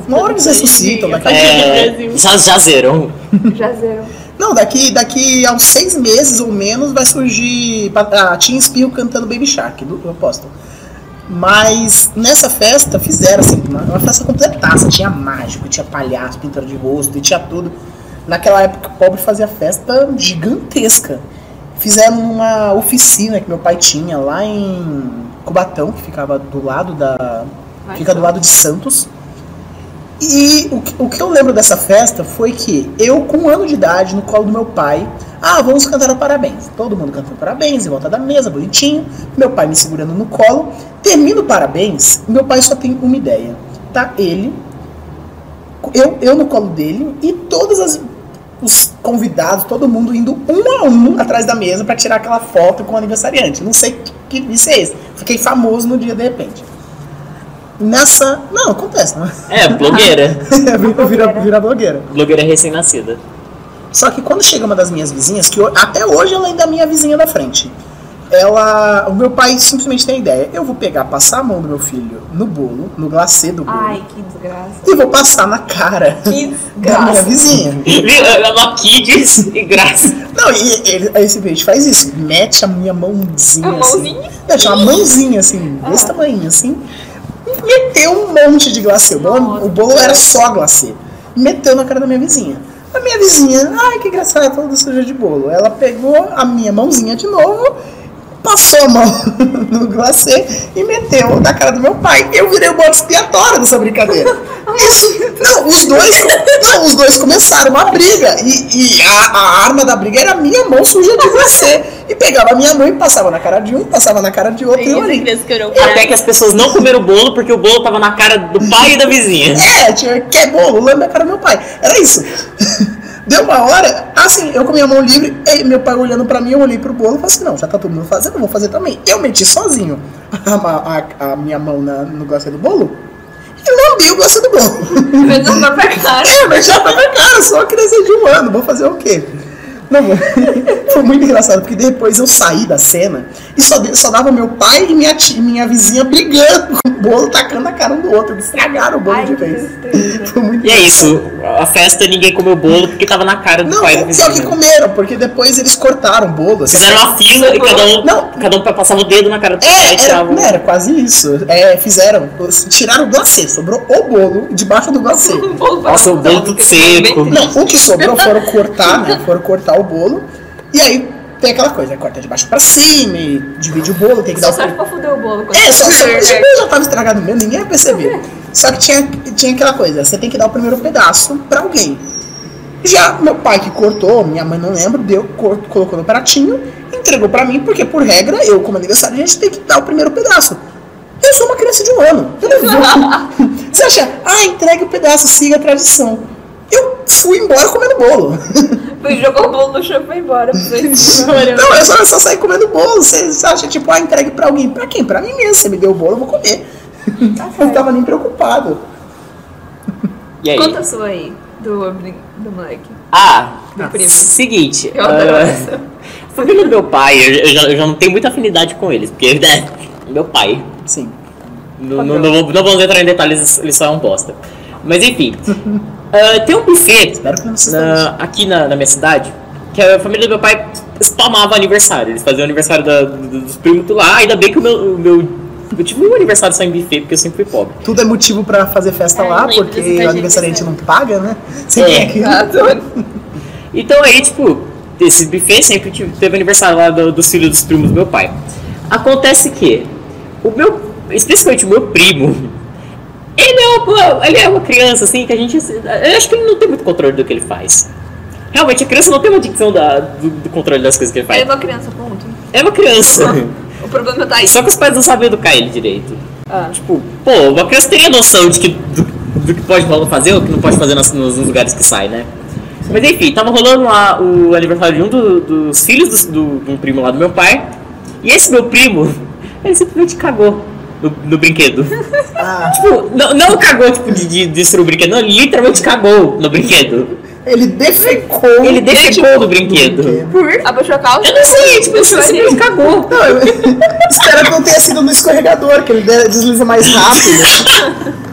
[SPEAKER 5] Uma hora eles ressuscitam. tá Daqui
[SPEAKER 6] É,
[SPEAKER 3] Brasil.
[SPEAKER 6] já, já zerou.
[SPEAKER 4] Já zerou.
[SPEAKER 5] Não, daqui, daqui a uns seis meses ou menos vai surgir pa- a Teen Spirit cantando Baby Shark, do- eu aposto. Mas nessa festa fizeram assim, uma, uma festa completaça. Tinha mágico, tinha palhaço, pintor de rosto, e tinha tudo. Naquela época o pobre fazia festa gigantesca. Fizeram uma oficina que meu pai tinha lá em Cubatão, que ficava do lado da. fica do lado de Santos. E o que, o que eu lembro dessa festa foi que eu, com um ano de idade, no colo do meu pai, ah, vamos cantar o parabéns. Todo mundo cantando parabéns, em volta da mesa, bonitinho. Meu pai me segurando no colo. Termino o parabéns, meu pai só tem uma ideia. Tá ele, eu, eu no colo dele e todas as os convidados, todo mundo indo um a um atrás da mesa pra tirar aquela foto com o aniversariante. Não sei que, que isso é esse. Fiquei famoso no dia de repente. Nessa. Não, acontece, não é?
[SPEAKER 6] É, blogueira.
[SPEAKER 5] virar, virar blogueira.
[SPEAKER 6] blogueira recém-nascida.
[SPEAKER 5] Só que quando chega uma das minhas vizinhas, que ho- até hoje ela ainda é minha vizinha da frente, ela. O meu pai simplesmente tem a ideia. Eu vou pegar, passar a mão do meu filho no bolo, no glacê do bolo,
[SPEAKER 4] Ai, que desgraça.
[SPEAKER 5] e vou passar na cara
[SPEAKER 4] Que
[SPEAKER 5] da minha
[SPEAKER 4] desgraça.
[SPEAKER 5] vizinha.
[SPEAKER 6] Viu? Ela Kids e graça.
[SPEAKER 5] Não, e ele, aí esse bicho faz isso, mete a minha mãozinha
[SPEAKER 4] A
[SPEAKER 5] assim. Não, tinha uma mãozinha assim, desse tamanho assim. e Meteu um monte de glacê. O bolo,
[SPEAKER 4] Nossa,
[SPEAKER 5] o bolo era só glacê. Meteu na cara da minha vizinha. A minha vizinha, ai que engraçada, toda suja de bolo. Ela pegou a minha mãozinha de novo, passou a mão no glacê e meteu na cara do meu pai. Eu virei o bode expiatório dessa brincadeira. Isso, não, os dois, não, os dois começaram uma briga. E, e a, a arma da briga era a minha mão suja de glacê. E pegava a minha mão e passava na cara de um, passava na cara de outro. E eu ali,
[SPEAKER 6] Até que as pessoas não comeram o bolo porque o bolo tava na cara do pai e da vizinha.
[SPEAKER 5] É, tinha, quer bolo, lambe a cara do meu pai. Era isso. Deu uma hora, assim, eu com minha mão livre, e meu pai olhando pra mim, eu olhei pro bolo e falei assim, não, já tá todo mundo fazendo, eu vou fazer também. Eu meti sozinho a, ma- a- a minha mão na- no glacê do bolo e lambi o glacê do bolo.
[SPEAKER 4] Fez a própria cara.
[SPEAKER 5] É, mas já tá na cara, sou uma criança de um ano, vou fazer o quê? Não, foi muito engraçado, porque depois eu saí da cena e só, de- só dava meu pai e minha, tia- minha vizinha brigando com o bolo, tacando a cara um do outro, estragaram o bolo
[SPEAKER 4] Ai,
[SPEAKER 5] de
[SPEAKER 4] que
[SPEAKER 5] vez.
[SPEAKER 4] tristeza.
[SPEAKER 5] Foi muito
[SPEAKER 6] E é isso. A festa ninguém comeu o bolo porque tava na cara do
[SPEAKER 5] Não, é
[SPEAKER 6] pai e da
[SPEAKER 5] pior que
[SPEAKER 6] vizinha.
[SPEAKER 5] comeram, porque depois eles cortaram o bolo. assim.
[SPEAKER 6] Fizeram uma fila e cada um,
[SPEAKER 5] Não.
[SPEAKER 6] cada um passava o dedo na cara do pai e
[SPEAKER 5] É, era,
[SPEAKER 6] tirava.
[SPEAKER 5] não,
[SPEAKER 6] o-
[SPEAKER 5] era quase isso. É, fizeram, tiraram o glacê, sobrou o bolo debaixo do glacê.
[SPEAKER 6] Nossa, o Um bolo tudo seco.
[SPEAKER 5] Não, o que sobrou foram cortar, né? Foram cortar o bolo. E aí tem aquela coisa, né, corta de baixo pra cima, e divide o bolo, tem que
[SPEAKER 4] Só
[SPEAKER 5] dar o
[SPEAKER 4] serve pra foder o bolo. quando
[SPEAKER 5] É, só, só
[SPEAKER 4] você-
[SPEAKER 5] o bolo já tava estragado mesmo, ninguém ia perceber. Só que tinha, tinha aquela coisa, você tem que dar o primeiro pedaço pra alguém. Já meu pai que cortou, minha mãe não lembro, deu, cor- colocou no pratinho, entregou pra mim, porque por regra, eu como aniversário, a gente tem que dar o primeiro pedaço. Eu sou uma criança de um ano, eu não vou. Você acha, ah, entregue o pedaço, siga a tradição. Eu fui embora comendo bolo.
[SPEAKER 4] Foi, jogou o bolo no chão e foi embora. Chorando.
[SPEAKER 5] Não, Então, eu só, eu só saí comendo bolo. Você acha, tipo, ah, entregue pra alguém. Pra quem? Pra mim mesmo. Você me deu o bolo, eu vou comer.
[SPEAKER 4] Tá
[SPEAKER 5] eu não tava nem preocupado.
[SPEAKER 6] E aí?
[SPEAKER 4] Conta a sua aí, do, do moleque.
[SPEAKER 6] Ah,
[SPEAKER 4] Meu primo.
[SPEAKER 6] seguinte.
[SPEAKER 4] Eu adoro
[SPEAKER 6] ah,
[SPEAKER 4] essa.
[SPEAKER 6] a família do meu pai, eu, eu já, eu já não tenho muita afinidade com eles, porque, né, meu pai.
[SPEAKER 5] Sim.
[SPEAKER 6] Não, não, não, vou- não vamos entrar em detalhes, ele só é um bosta. Mas enfim, ah, tem um buffet
[SPEAKER 5] Espero que não seja
[SPEAKER 6] na- aqui na, na minha cidade, que a família do meu pai spamava aniversário. Eles faziam aniversário da- do- dos primos tudo lá. Ainda bem que o meu. o meu eu tive um aniversário sem buffet, porque eu sempre fui pobre.
[SPEAKER 5] Tudo é motivo pra fazer festa
[SPEAKER 3] É,
[SPEAKER 5] lá,
[SPEAKER 3] não lembro
[SPEAKER 5] porque
[SPEAKER 3] dessa
[SPEAKER 5] o aniversariante não
[SPEAKER 3] tradição.
[SPEAKER 5] paga, né? Você
[SPEAKER 6] É.
[SPEAKER 5] tem aqui.
[SPEAKER 6] Então aí, tipo, esse buffet sempre tive- teve aniversário lá do- dos filhos dos primos do meu pai. Acontece que o meu, especificamente o meu primo, ele é uma, ele é uma criança assim que a gente, eu acho que ele não tem muito controle do que ele faz. Realmente, a criança não tem uma dicção da- do, do controle das coisas que ele
[SPEAKER 2] Ele é
[SPEAKER 6] faz.
[SPEAKER 2] uma criança, ponto.
[SPEAKER 6] É uma criança.
[SPEAKER 2] O problema tá aí.
[SPEAKER 6] Só que os pais não sabem educar ele direito.
[SPEAKER 2] Ah.
[SPEAKER 6] Tipo, pô, uma criança tem a noção de que, do, do que pode fazer ou que não pode fazer nas- nos, nos lugares que sai, né? Mas enfim, tava rolando lá o aniversário de um do- dos filhos dos- do, de um primo lá do meu pai. E esse meu primo, ele simplesmente cagou no, no brinquedo.
[SPEAKER 5] Ah,
[SPEAKER 6] tipo, não, não cagou tipo, de, de destruir o brinquedo, não, ele literalmente cagou no brinquedo.
[SPEAKER 5] ele defecou. tipo,
[SPEAKER 6] Ele defecou no brinquedo.
[SPEAKER 2] A pra chocar o
[SPEAKER 6] Eu não sei, tipo, ele simplesmente cagou.
[SPEAKER 5] Não, eu- espero que não tenha sido no escorregador, que ele de- desliza mais rápido.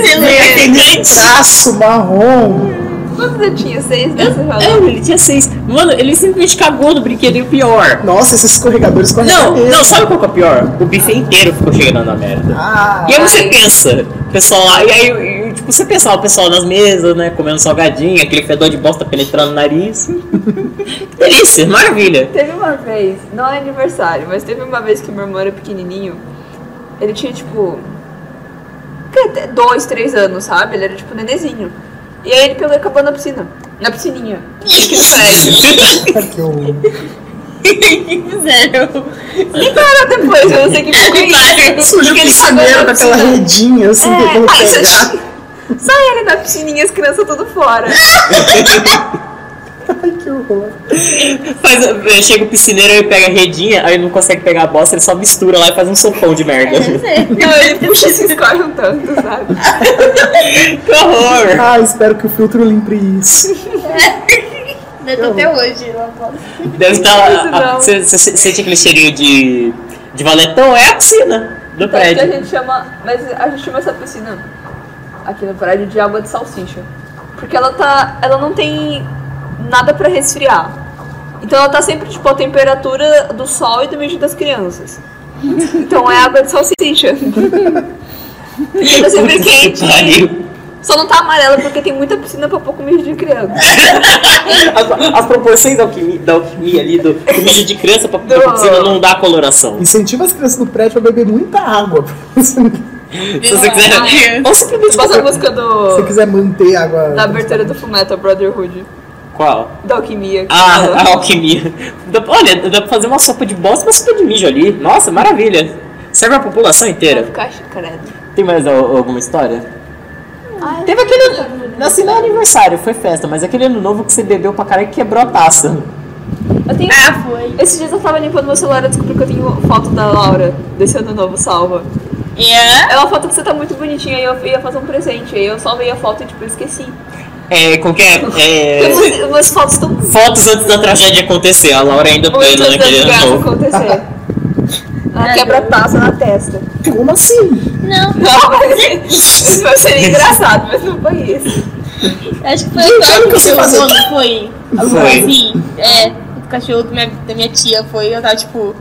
[SPEAKER 6] é
[SPEAKER 5] Caço marrom.
[SPEAKER 2] Quantos eu tinha? Seis, né? Você fala.
[SPEAKER 6] Não, ele tinha seis. Mano, ele simplesmente cagou no brinquedo e o pior.
[SPEAKER 5] Nossa, esse escorregador escorrega
[SPEAKER 6] Não,
[SPEAKER 5] mesmo.
[SPEAKER 6] não, sabe qual que é o pior? O buffet inteiro ficou chegando na merda.
[SPEAKER 5] Ah,
[SPEAKER 6] E aí você
[SPEAKER 2] Ai.
[SPEAKER 6] pensa, o pessoal lá, e aí, e, tipo, você pensava o pessoal nas mesas, né, comendo salgadinho, aquele fedor de bosta penetrando no nariz. Que Delícia, maravilha.
[SPEAKER 2] Teve uma vez, não é aniversário, mas teve uma vez que meu irmão era pequenininho. Ele tinha tipo. que até Dois, três anos, sabe? Ele era tipo nenenzinho. E aí ele pegou e acabou na piscina. Na piscininha. Aqui no prédio.
[SPEAKER 5] que horror.
[SPEAKER 2] E claro, depois eu não sei que ficou isso.
[SPEAKER 5] Surgiu o
[SPEAKER 2] Porque ele cagou
[SPEAKER 5] piscineiro com
[SPEAKER 2] na
[SPEAKER 5] aquela
[SPEAKER 2] piscina.
[SPEAKER 5] redinha, assim,
[SPEAKER 2] É,
[SPEAKER 5] tentando
[SPEAKER 2] aí você
[SPEAKER 5] pegar.
[SPEAKER 2] Só ele na piscininha, as crianças tudo fora.
[SPEAKER 5] Ai, que horror.
[SPEAKER 6] Faz, eh, chega o piscineiro e pega a redinha, aí não consegue pegar a bosta, ele só mistura lá e faz um sopão de merda.
[SPEAKER 2] Não, ele puxa e se escorre um tanto, sabe?
[SPEAKER 6] que horror!
[SPEAKER 5] Ah, espero que o filtro limpe isso.
[SPEAKER 3] Eu tô até hoje lá fora.
[SPEAKER 6] Deve
[SPEAKER 2] Isso não.
[SPEAKER 6] estar. Você sente aquele cheirinho de, de valetão? É a piscina
[SPEAKER 2] Tanto
[SPEAKER 6] do
[SPEAKER 2] que Então, a
[SPEAKER 6] prédio.
[SPEAKER 2] gente chama. Mas a gente chama essa piscina aqui no prédio de água de salsicha. Porque ela tá. Ela não tem nada pra resfriar. Então ela tá sempre tipo a temperatura do sol e do mijo das crianças. Então é água de salsicha. Porque tá sempre quente.
[SPEAKER 6] Pariu.
[SPEAKER 2] Só não tá amarela porque tem muita piscina pra pouco mijo de criança.
[SPEAKER 6] É. As, as proporções da alquimia, da alquimia ali, do do vídeo de criança pra pra
[SPEAKER 2] Do-
[SPEAKER 6] piscina não dá coloração.
[SPEAKER 5] Incentiva as crianças do prédio a beber muita água. Se
[SPEAKER 6] Se você quiser. Ou simplesmente.
[SPEAKER 2] Passa a
[SPEAKER 6] compra-
[SPEAKER 2] Tipo, música
[SPEAKER 5] você
[SPEAKER 2] do.
[SPEAKER 5] quiser manter a água.
[SPEAKER 2] Da abertura do Fumeto, Brotherhood.
[SPEAKER 6] Qual?
[SPEAKER 2] Da alquimia. que
[SPEAKER 6] Ah,
[SPEAKER 2] fala.
[SPEAKER 6] a alquimia. Dá- olha, dá pra fazer uma sopa de bosta e uma sopa de mijo ali. Nossa, maravilha. Serve a população inteira.
[SPEAKER 2] Caixa, credo.
[SPEAKER 6] Tem mais al- alguma história?
[SPEAKER 2] Ai,
[SPEAKER 6] Teve aquele. Assim, não é aniversário, foi festa, mas aquele ano novo que você bebeu pra caralho e quebrou a taça.
[SPEAKER 2] Eu tenho
[SPEAKER 6] É,
[SPEAKER 3] Ah, foi.
[SPEAKER 2] Esses dias eu tava limpando meu celular e descobri que eu tenho foto da Laura desse ano novo salva.
[SPEAKER 3] Yeah.
[SPEAKER 2] É uma foto que você tá muito bonitinha e eu ia fazer um presente. Aí eu salvei a foto e tipo, eu esqueci.
[SPEAKER 6] É, qualquer.
[SPEAKER 2] Porque
[SPEAKER 6] É.
[SPEAKER 2] umas- umas fotos estão muito
[SPEAKER 6] Fotos antes da tragédia acontecer. A Laura ainda plena
[SPEAKER 2] antes da
[SPEAKER 6] naquele ano
[SPEAKER 2] desgraça
[SPEAKER 6] novo.
[SPEAKER 2] acontecer. Ela quebra taça na testa.
[SPEAKER 5] Como assim?
[SPEAKER 3] Não,
[SPEAKER 2] Não, mas assim, isso vai ser engraçado, mas não foi isso.
[SPEAKER 3] acho que foi o pior que
[SPEAKER 5] consigo
[SPEAKER 3] meu
[SPEAKER 5] fazer.
[SPEAKER 3] avô foi. Alguma
[SPEAKER 6] Foi.
[SPEAKER 3] coisa assim. É, o cachorro da minha, da minha tia foi. Eu tava tipo.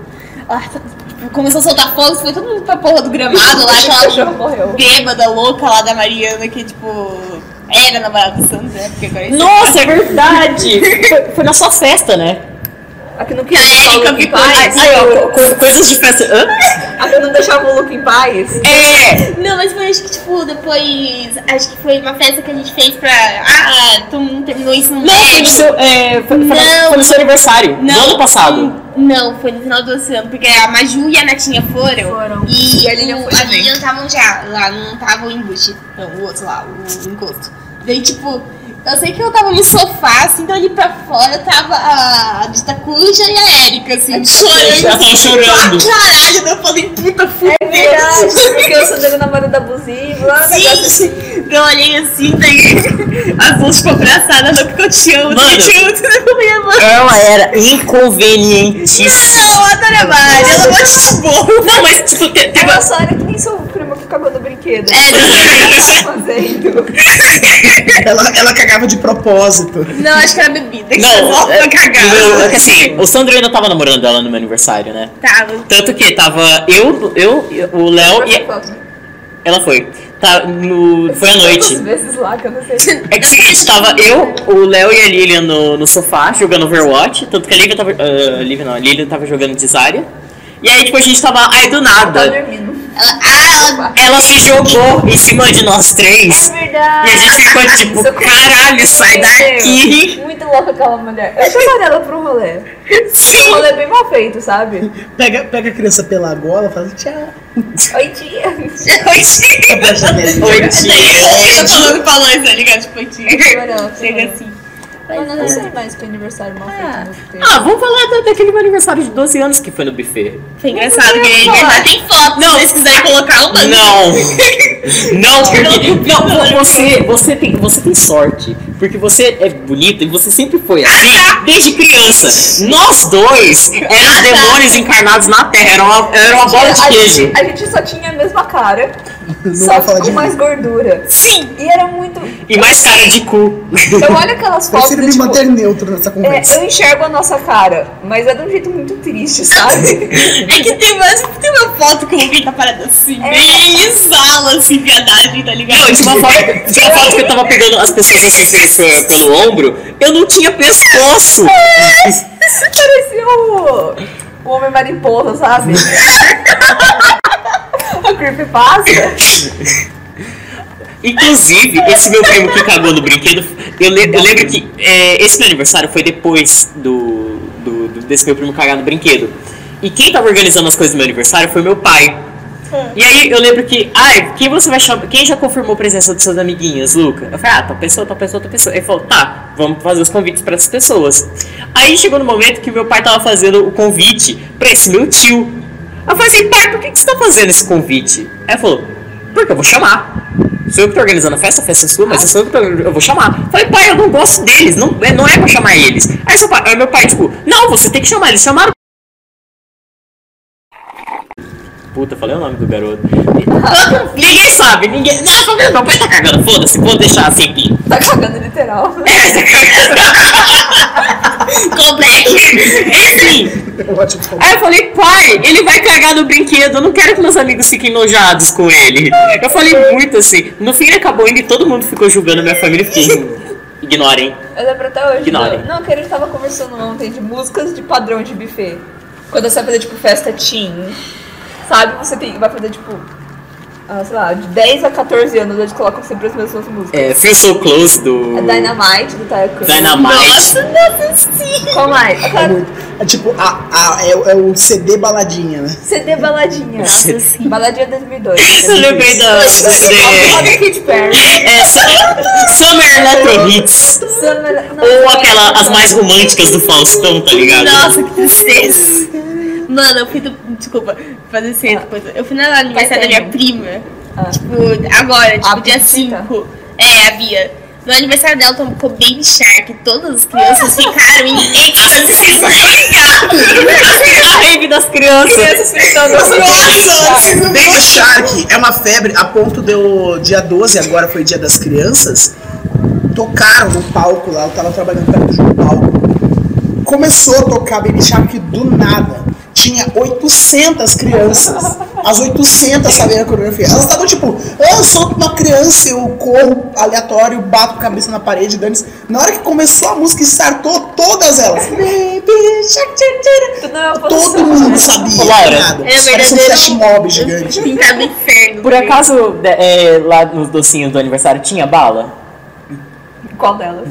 [SPEAKER 3] ah, tipo, Começou a soltar fogo, foi todo mundo pra porra Ah, do gramado lá,
[SPEAKER 2] O
[SPEAKER 3] aquela
[SPEAKER 2] cachorro morreu.
[SPEAKER 3] bêbada louca lá da Mariana que, tipo, era namorada do Santos, né? Porque agora é
[SPEAKER 6] Nossa, é verdade! foi, foi na sua festa, né?
[SPEAKER 2] Aqui não
[SPEAKER 3] É, Que a
[SPEAKER 2] queria
[SPEAKER 3] Erika
[SPEAKER 2] o Luke em
[SPEAKER 3] ficou-
[SPEAKER 2] paz.
[SPEAKER 6] Aí, ó, co- co- coisas de festa. Hã?
[SPEAKER 2] Aqui não deixava o Luke em paz.
[SPEAKER 6] É!
[SPEAKER 3] Não, mas foi acho que, tipo, depois. Acho que foi uma festa que a gente fez pra. Ah, todo mundo terminou isso no
[SPEAKER 6] Não, foi no seu, é, foi, foi na-
[SPEAKER 3] Não.
[SPEAKER 6] foi no seu aniversário, do ano passado.
[SPEAKER 3] Não, foi no final do ano, porque a Maju e a Natinha foram.
[SPEAKER 2] Foram.
[SPEAKER 3] E
[SPEAKER 2] E a
[SPEAKER 3] a
[SPEAKER 2] Lilian
[SPEAKER 3] o,
[SPEAKER 2] foi
[SPEAKER 3] a
[SPEAKER 2] também.
[SPEAKER 3] Lilian estavam já lá, não tava o embuste. Não, o outro lá, o encosto. Daí, tipo, eu sei que eu tava no sofá, assim, então ali pra fora tava a a Dita Cuja e a Erika, assim, tipo, chorando.
[SPEAKER 6] Ela tava chorando.
[SPEAKER 3] Pra caralho, daí eu falei, puta, fudeu.
[SPEAKER 2] É verdade, porque eu sou dele namorado abusivo. lá,
[SPEAKER 3] Sim.
[SPEAKER 2] negócio assim.
[SPEAKER 3] Eu olhei assim, daí as duas ficou abraçada, não porque eu te amo,
[SPEAKER 6] Mano.
[SPEAKER 3] eu te amo, eu não me amo.
[SPEAKER 6] Ela era inconvenientíssima.
[SPEAKER 3] Não, a Dora Mari, ela não te expor.
[SPEAKER 6] Não, mas tipo, te- teve,
[SPEAKER 2] Ela só era que nem seu primo que acabou no brinquedo.
[SPEAKER 3] É,
[SPEAKER 2] Tá fazendo.
[SPEAKER 5] Ela, ela cagava de propósito.
[SPEAKER 3] Não, acho que era bebida. Que
[SPEAKER 6] Não,
[SPEAKER 3] tava
[SPEAKER 6] é,
[SPEAKER 3] cagada.
[SPEAKER 6] eu- é que assim, o Sandro ainda tava namorando ela no meu aniversário, né?
[SPEAKER 3] Tava.
[SPEAKER 6] Tanto que tava eu, eu o Léo e ela foi. Tá, no, foi à noite.
[SPEAKER 2] Tantas vezes lá que eu não sei.
[SPEAKER 6] É que é o seguinte, tava eu, o Léo e a Lilian no, no sofá jogando Overwatch, tanto que a Lilian tava. ah, a Lilian não, a Lilian tava jogando Desaria. E aí, tipo, a gente tava. Ai, do
[SPEAKER 2] Tá
[SPEAKER 6] nada.
[SPEAKER 2] dormindo.
[SPEAKER 3] Ela, ah, ela
[SPEAKER 6] Ela se jogou em cima de nós três.
[SPEAKER 2] É
[SPEAKER 6] E a
[SPEAKER 4] verdade.
[SPEAKER 6] gente ficou tipo, caralho, sai daqui.
[SPEAKER 2] Muito louca aquela mulher. Eu chamaria ela pro rolê. Um
[SPEAKER 6] Sim.
[SPEAKER 2] rolê bem mal feito, sabe?
[SPEAKER 5] Pega, pega a criança pela gola, fala tchau.
[SPEAKER 2] Oi, tia.
[SPEAKER 5] Vai pra janela.
[SPEAKER 6] Oi, tia.
[SPEAKER 3] tá falando pra nós, tá ligado? Tipo,
[SPEAKER 2] Eu
[SPEAKER 3] tinha.
[SPEAKER 2] era ela,
[SPEAKER 3] Chega
[SPEAKER 2] eu
[SPEAKER 3] assim.
[SPEAKER 2] era. Mano, eu não sei mais que aniversário mal feito.
[SPEAKER 6] Ah, vamos falar da- daquele meu aniversário de 12 anos que foi no buffet.
[SPEAKER 3] Foi engraçado que ele
[SPEAKER 2] falar.
[SPEAKER 3] ainda tem foto. Não, se vocês quiserem colocar uma.
[SPEAKER 6] tá Não! Não, porque. Não, vo- você, você, tem, você tem sorte. Porque você é bonita e você sempre foi assim desde criança. Nós dois éramos demônios encarnados na Terra. Era uma, era uma bola de
[SPEAKER 2] A
[SPEAKER 6] queijo.
[SPEAKER 2] gente, a gente só tinha a mesma cara,
[SPEAKER 5] Não
[SPEAKER 2] só
[SPEAKER 5] vai falar
[SPEAKER 2] que
[SPEAKER 5] de
[SPEAKER 2] com mais
[SPEAKER 5] mim.
[SPEAKER 6] Ah,
[SPEAKER 2] gordura.
[SPEAKER 3] Sim.
[SPEAKER 2] E era muito.
[SPEAKER 6] E mais cara de cu.
[SPEAKER 2] Eu olho aquelas fotos.
[SPEAKER 5] Prefiro
[SPEAKER 2] do
[SPEAKER 5] me
[SPEAKER 2] tipo,
[SPEAKER 5] manter neutro nessa
[SPEAKER 2] é,
[SPEAKER 5] conversa.
[SPEAKER 2] eu enxergo a nossa cara, mas é de um jeito muito triste, sabe?
[SPEAKER 3] É que tem, mais, tem uma foto que o Luke tá parado assim,
[SPEAKER 2] É.
[SPEAKER 3] bem exala, assim, viadagem, tá ligado?
[SPEAKER 6] Não, tinha tipo, uma foto, tinha uma foto que eu tava pegando as pessoas assim pe- pe- pelo ombro. Eu não tinha pescoço.
[SPEAKER 2] Parecia o, o Homem Mariposa, sabe? o Creepypasta.
[SPEAKER 6] Inclusive, esse meu primo que cagou no brinquedo, eu, le- eu lembro que é, esse meu aniversário foi depois do, do- do- desse meu primo cagar no brinquedo. E quem tava organizando as coisas do meu aniversário foi meu pai. E aí eu lembro que, ai, quem você vai chamar? Quem já confirmou a presença dos seus amiguinhos, Luca? Eu falei, ah, tal pessoa, tal pessoa, tal pessoa. Ele falou, tá, vamos fazer os convites pra essas pessoas. Aí chegou no momento que meu pai tava fazendo o convite pra esse meu tio. Eu falei assim, pai, por que, que você tá fazendo esse convite? Aí ele falou, porque eu vou chamar. Sou eu que tô organizando a festa, a festa é sua, mas eu sou eu que tô, eu vou chamar. Eu Falei, pai, eu não gosto deles, não, é- não é pra chamar eles. Aí seu pai, aí meu pai, tipo, não, você tem que chamar, eles chamaram. Puta, falei o nome do garoto. ninguém sabe, ninguém. Não, tô vendo, meu pai tá cagando, foda-se, vou deixar assim aqui.
[SPEAKER 2] Tá cagando literal.
[SPEAKER 6] Complexo. Enfim.
[SPEAKER 5] Eu acho que-
[SPEAKER 6] Aí eu falei, pai, ele vai cagar no brinquedo, eu não quero que meus amigos fiquem enojados com ele. Eu falei muito assim. No fim ele acabou indo e todo mundo ficou julgando a minha família. eu Fiquei, ignorem.
[SPEAKER 2] Eu lembro é até hoje.
[SPEAKER 6] Ignorem.
[SPEAKER 2] Não, que a gente tava conversando ontem de músicas de padrão de buffet. Quando você vai fazer, tipo, festa teen, sabe? Você tem, vai fazer, tipo, ah, sei lá, de 10 a 14 anos, eles colocam sempre as mesmas músicas.
[SPEAKER 6] É, Feel So Close do
[SPEAKER 2] A Dynamite, do Taekwondo.
[SPEAKER 6] Dynamite.
[SPEAKER 2] Qual mais?
[SPEAKER 5] É,
[SPEAKER 2] Aquela
[SPEAKER 5] muito. É tipo, a, a- é, o- é o CD baladinha, né?
[SPEAKER 2] CD Baladinha.
[SPEAKER 3] Assim.
[SPEAKER 6] assim,
[SPEAKER 2] Baladinha 2002.
[SPEAKER 6] Eu lembrei da. É, de-
[SPEAKER 2] Olha Kid Perry.
[SPEAKER 6] é, Su- Summer Electro Hits.
[SPEAKER 2] Summer- não,
[SPEAKER 6] Ou
[SPEAKER 2] não,
[SPEAKER 6] aquela,
[SPEAKER 2] não.
[SPEAKER 6] as mais românticas do Faustão, tá ligado?
[SPEAKER 3] é Nossa, que tristeza. Mano, eu fui do... Desculpa, fazer
[SPEAKER 6] Ah.
[SPEAKER 3] assim, outra coisa. Eu fui na aniversário da minha prima.
[SPEAKER 2] Ah.
[SPEAKER 3] Tipo, agora,
[SPEAKER 6] Ah,
[SPEAKER 3] tipo,
[SPEAKER 2] A
[SPEAKER 3] dia
[SPEAKER 2] Bicita?
[SPEAKER 3] 5. É, a Bia. No aniversário dela tocou Baby Shark. Todas as
[SPEAKER 6] Ah.
[SPEAKER 3] crianças ficaram em êxtase.
[SPEAKER 6] A rave das crianças.
[SPEAKER 5] Baby Shark é uma febre a ponto de eu, dia 12, agora foi dia das crianças, tocaram no palco lá, eu tava trabalhando pra mim no palco. Começou a tocar Baby Shark do nada. Tinha 800 crianças. As 800 sabiam a coreografia. Elas estavam tipo, eu sou uma criança, eu corro aleatório, bato a cabeça na parede, dane Na hora que começou a música, startou todas elas. Baby Shark, tchá, tchá,
[SPEAKER 2] Tu não é uma
[SPEAKER 5] Todo
[SPEAKER 2] posição.
[SPEAKER 5] mundo sabia.
[SPEAKER 6] Ô, Laura,
[SPEAKER 5] nada.
[SPEAKER 3] é
[SPEAKER 5] né? Parece um
[SPEAKER 3] verdadeiro.
[SPEAKER 5] flash mob gigante.
[SPEAKER 3] Pintado assim, tá inferno.
[SPEAKER 6] Por acaso, de- é, lá nos docinhos do aniversário tinha bala?
[SPEAKER 2] Qual delas?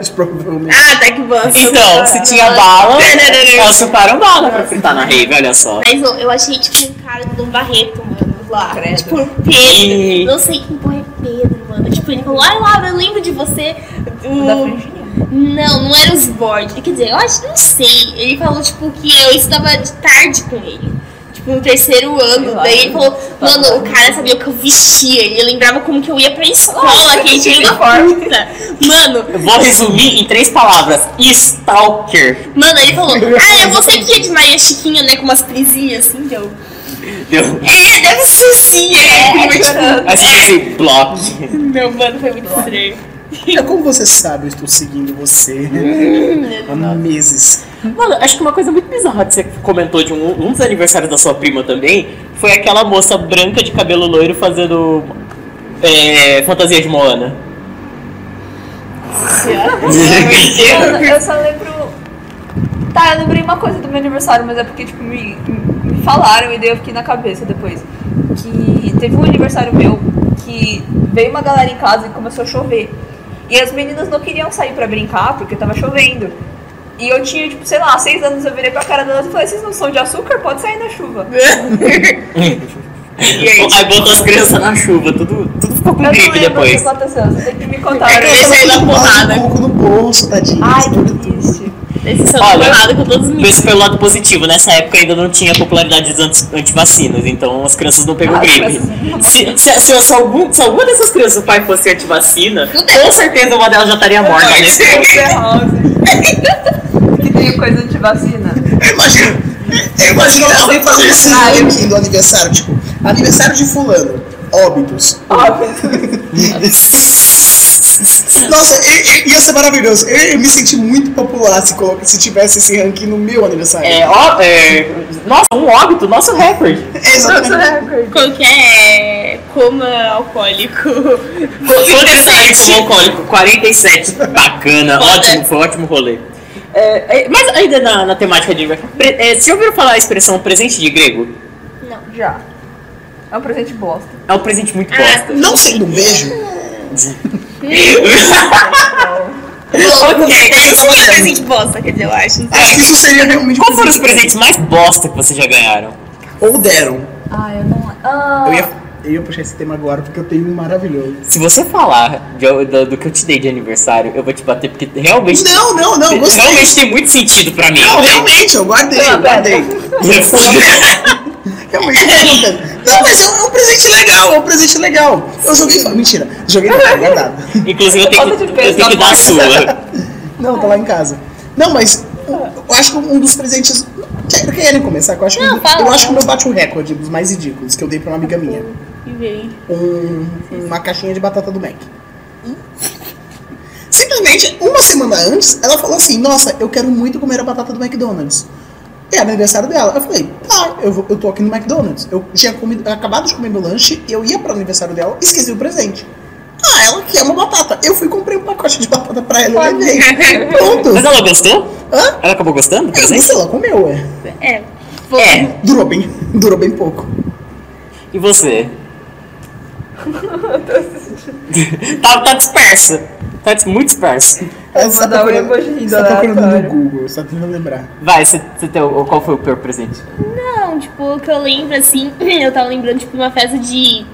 [SPEAKER 5] Acho provavelmente.
[SPEAKER 3] Ah, tá que Ah, bosta.
[SPEAKER 6] Então, se tinha bala, elas chuparam bala pra fritar na rave, olha só.
[SPEAKER 3] Mas eu, eu achei, tipo, um cara do Dom Barreto, mano, lá.
[SPEAKER 2] Credo.
[SPEAKER 3] Tipo, Pedro.
[SPEAKER 6] E-
[SPEAKER 3] Não sei quem porra é Pedro, mano. Tipo, ele falou, ai, Laura, eu lembro de você. O-
[SPEAKER 2] Da franjinha.
[SPEAKER 3] Não, não era os board. Quer dizer, eu acho, não sei. Ele falou, tipo, que eu estava de tarde com ele. Tipo, no terceiro ano.
[SPEAKER 2] Sei lá,
[SPEAKER 3] Daí ele falou, mano, o cara sabia o que eu vestia. Ele lembrava como que eu ia pra escola, que a gente era uma puta. Mano,
[SPEAKER 6] Eu Vou resumir em três palavras: Stalker.
[SPEAKER 3] Mano, ele falou, ah, é você que é de Maria Chiquinha, né? Com umas prisinhas assim, deu.
[SPEAKER 6] Deu.
[SPEAKER 3] É, deve ser sim, é.
[SPEAKER 2] É, chorando.
[SPEAKER 6] Aí você fez assim, block.
[SPEAKER 3] Não, mano, foi muito estranho.
[SPEAKER 5] É como você sabe, eu estou seguindo você há meses.
[SPEAKER 6] Mano, acho que uma coisa muito bizarra que você comentou de um, um dos aniversários da sua prima também foi aquela moça branca de cabelo loiro fazendo é, fantasia de Moana.
[SPEAKER 2] Eu, eu só lembro. Tá, eu lembrei uma coisa do meu aniversário, mas é porque, tipo, me, me falaram e daí eu fiquei na cabeça depois. Que teve um aniversário meu que veio uma galera em casa e começou a chover. E as meninas não queriam sair pra brincar porque tava chovendo. E eu tinha, tipo, sei lá, seis anos, eu virei pra cara delas e falei, vocês não são de açúcar? Pode sair na chuva.
[SPEAKER 6] Aí botou as crianças na chuva, tudo, tudo ficou com
[SPEAKER 2] Eu não
[SPEAKER 6] gripe
[SPEAKER 2] lembro o
[SPEAKER 6] depois.
[SPEAKER 2] que aconteceu, você tem que me contar.
[SPEAKER 3] Esse aí da porrada.
[SPEAKER 5] Um pouco no bolso, tadinho.
[SPEAKER 2] Ai, que triste.
[SPEAKER 3] Esse só
[SPEAKER 6] Olha,
[SPEAKER 3] não nada com todos os meninos.
[SPEAKER 6] Esse foi o lado positivo, nessa época ainda não tinha popularidade dos anti- antivacinas, então as crianças não pegam
[SPEAKER 2] Ah,
[SPEAKER 6] gripe. Se, se, se, se algum- se alguma dessas crianças o pai fosse antivacina, com certeza uma delas já estaria morta. né? nesse
[SPEAKER 2] Eu sou errosa. Que tem coisa de vacina.
[SPEAKER 5] Eu imagino, eu imagino alguém fazendo esse do aniversário, tipo, aniversário de fulano, óbitos. Nossa, e- e- ia ser maravilhoso. Eu ia me sentir muito popular se, colo- se tivesse esse ranking no meu aniversário.
[SPEAKER 6] É, ó, é, nossa, um óbito, nosso recorde.
[SPEAKER 5] É, exatamente.
[SPEAKER 3] Qualquer é? coma alcoólico.
[SPEAKER 6] Fortaleza com alcoólico, 47. Bacana,
[SPEAKER 3] Foda.
[SPEAKER 6] ótimo, foi um ótimo rolê. É, é, mas ainda na, na temática de. Pre, é, vocês já ouviram falar a expressão presente de grego?
[SPEAKER 2] Já. É um presente bosta.
[SPEAKER 6] É um presente muito bosta.
[SPEAKER 5] Não sendo um beijo,
[SPEAKER 6] Ok,
[SPEAKER 3] Esse que é presente bosta, quer dizer, eu acho. não sei.
[SPEAKER 5] acho que isso seria realmente um
[SPEAKER 6] Qual foram os
[SPEAKER 5] presente.
[SPEAKER 6] presentes mais bosta que vocês já ganharam?
[SPEAKER 5] Ou deram.
[SPEAKER 2] Ah, eu não. Ah,
[SPEAKER 5] Eu, ia, eu ia puxar esse tema agora porque eu tenho um maravilhoso.
[SPEAKER 6] Se você falar de- do, do que eu te dei de aniversário, eu vou te bater, porque realmente.
[SPEAKER 5] Não, não, não, gostei.
[SPEAKER 6] Realmente tem muito sentido pra mim.
[SPEAKER 5] Não, realmente, eu guardei, eu guardei. Realmente, eu guardei. Não, mas é um, é um presente legal, é um presente legal. Eu joguei fora. Mentira, joguei não, tá guardado.
[SPEAKER 6] Inclusive, eu tenho que,
[SPEAKER 2] Bota de peso
[SPEAKER 6] eu tenho que
[SPEAKER 2] na
[SPEAKER 6] dar a sua.
[SPEAKER 5] Não, tá lá em casa. Não, mas eu- eu acho que um dos presentes. Quer- Querem começar? Eu acho, que,
[SPEAKER 3] Não, fala.
[SPEAKER 5] eu acho que o meu bate um recorde dos mais ridículos que eu dei pra uma amiga minha. um- uma caixinha de batata do Mac. Simplesmente, uma semana antes, ela falou assim, nossa, eu quero muito comer a batata do McDonald's. E era aniversário dela. Eu falei, tá, eu, vou- eu tô aqui no McDonald's. Eu tinha comido- acabado de comer meu lanche, eu ia pro aniversário dela e esqueci o presente. Ah, ela quer uma batata. Eu fui e comprei um pacote de batata pra ela e levei.
[SPEAKER 3] É.
[SPEAKER 5] Pronto.
[SPEAKER 6] Mas ela gostou?
[SPEAKER 5] Hã?
[SPEAKER 6] Ela acabou gostando do
[SPEAKER 5] Mas
[SPEAKER 6] presente?
[SPEAKER 5] ela comeu, é.
[SPEAKER 3] É.
[SPEAKER 6] É.
[SPEAKER 5] Durou bem, durou bem pouco.
[SPEAKER 6] E você? tá, tá dispersa. Tá dis- muito disperso.
[SPEAKER 5] Ela
[SPEAKER 2] vou dar um emoji
[SPEAKER 5] Você tá procurando no
[SPEAKER 2] aleatório.
[SPEAKER 5] Google, só tentando lembrar.
[SPEAKER 6] Vai, você você tem o- qual foi o pior presente?
[SPEAKER 3] Não, tipo, o que eu lembro, assim, eu tava lembrando, tipo, uma festa de.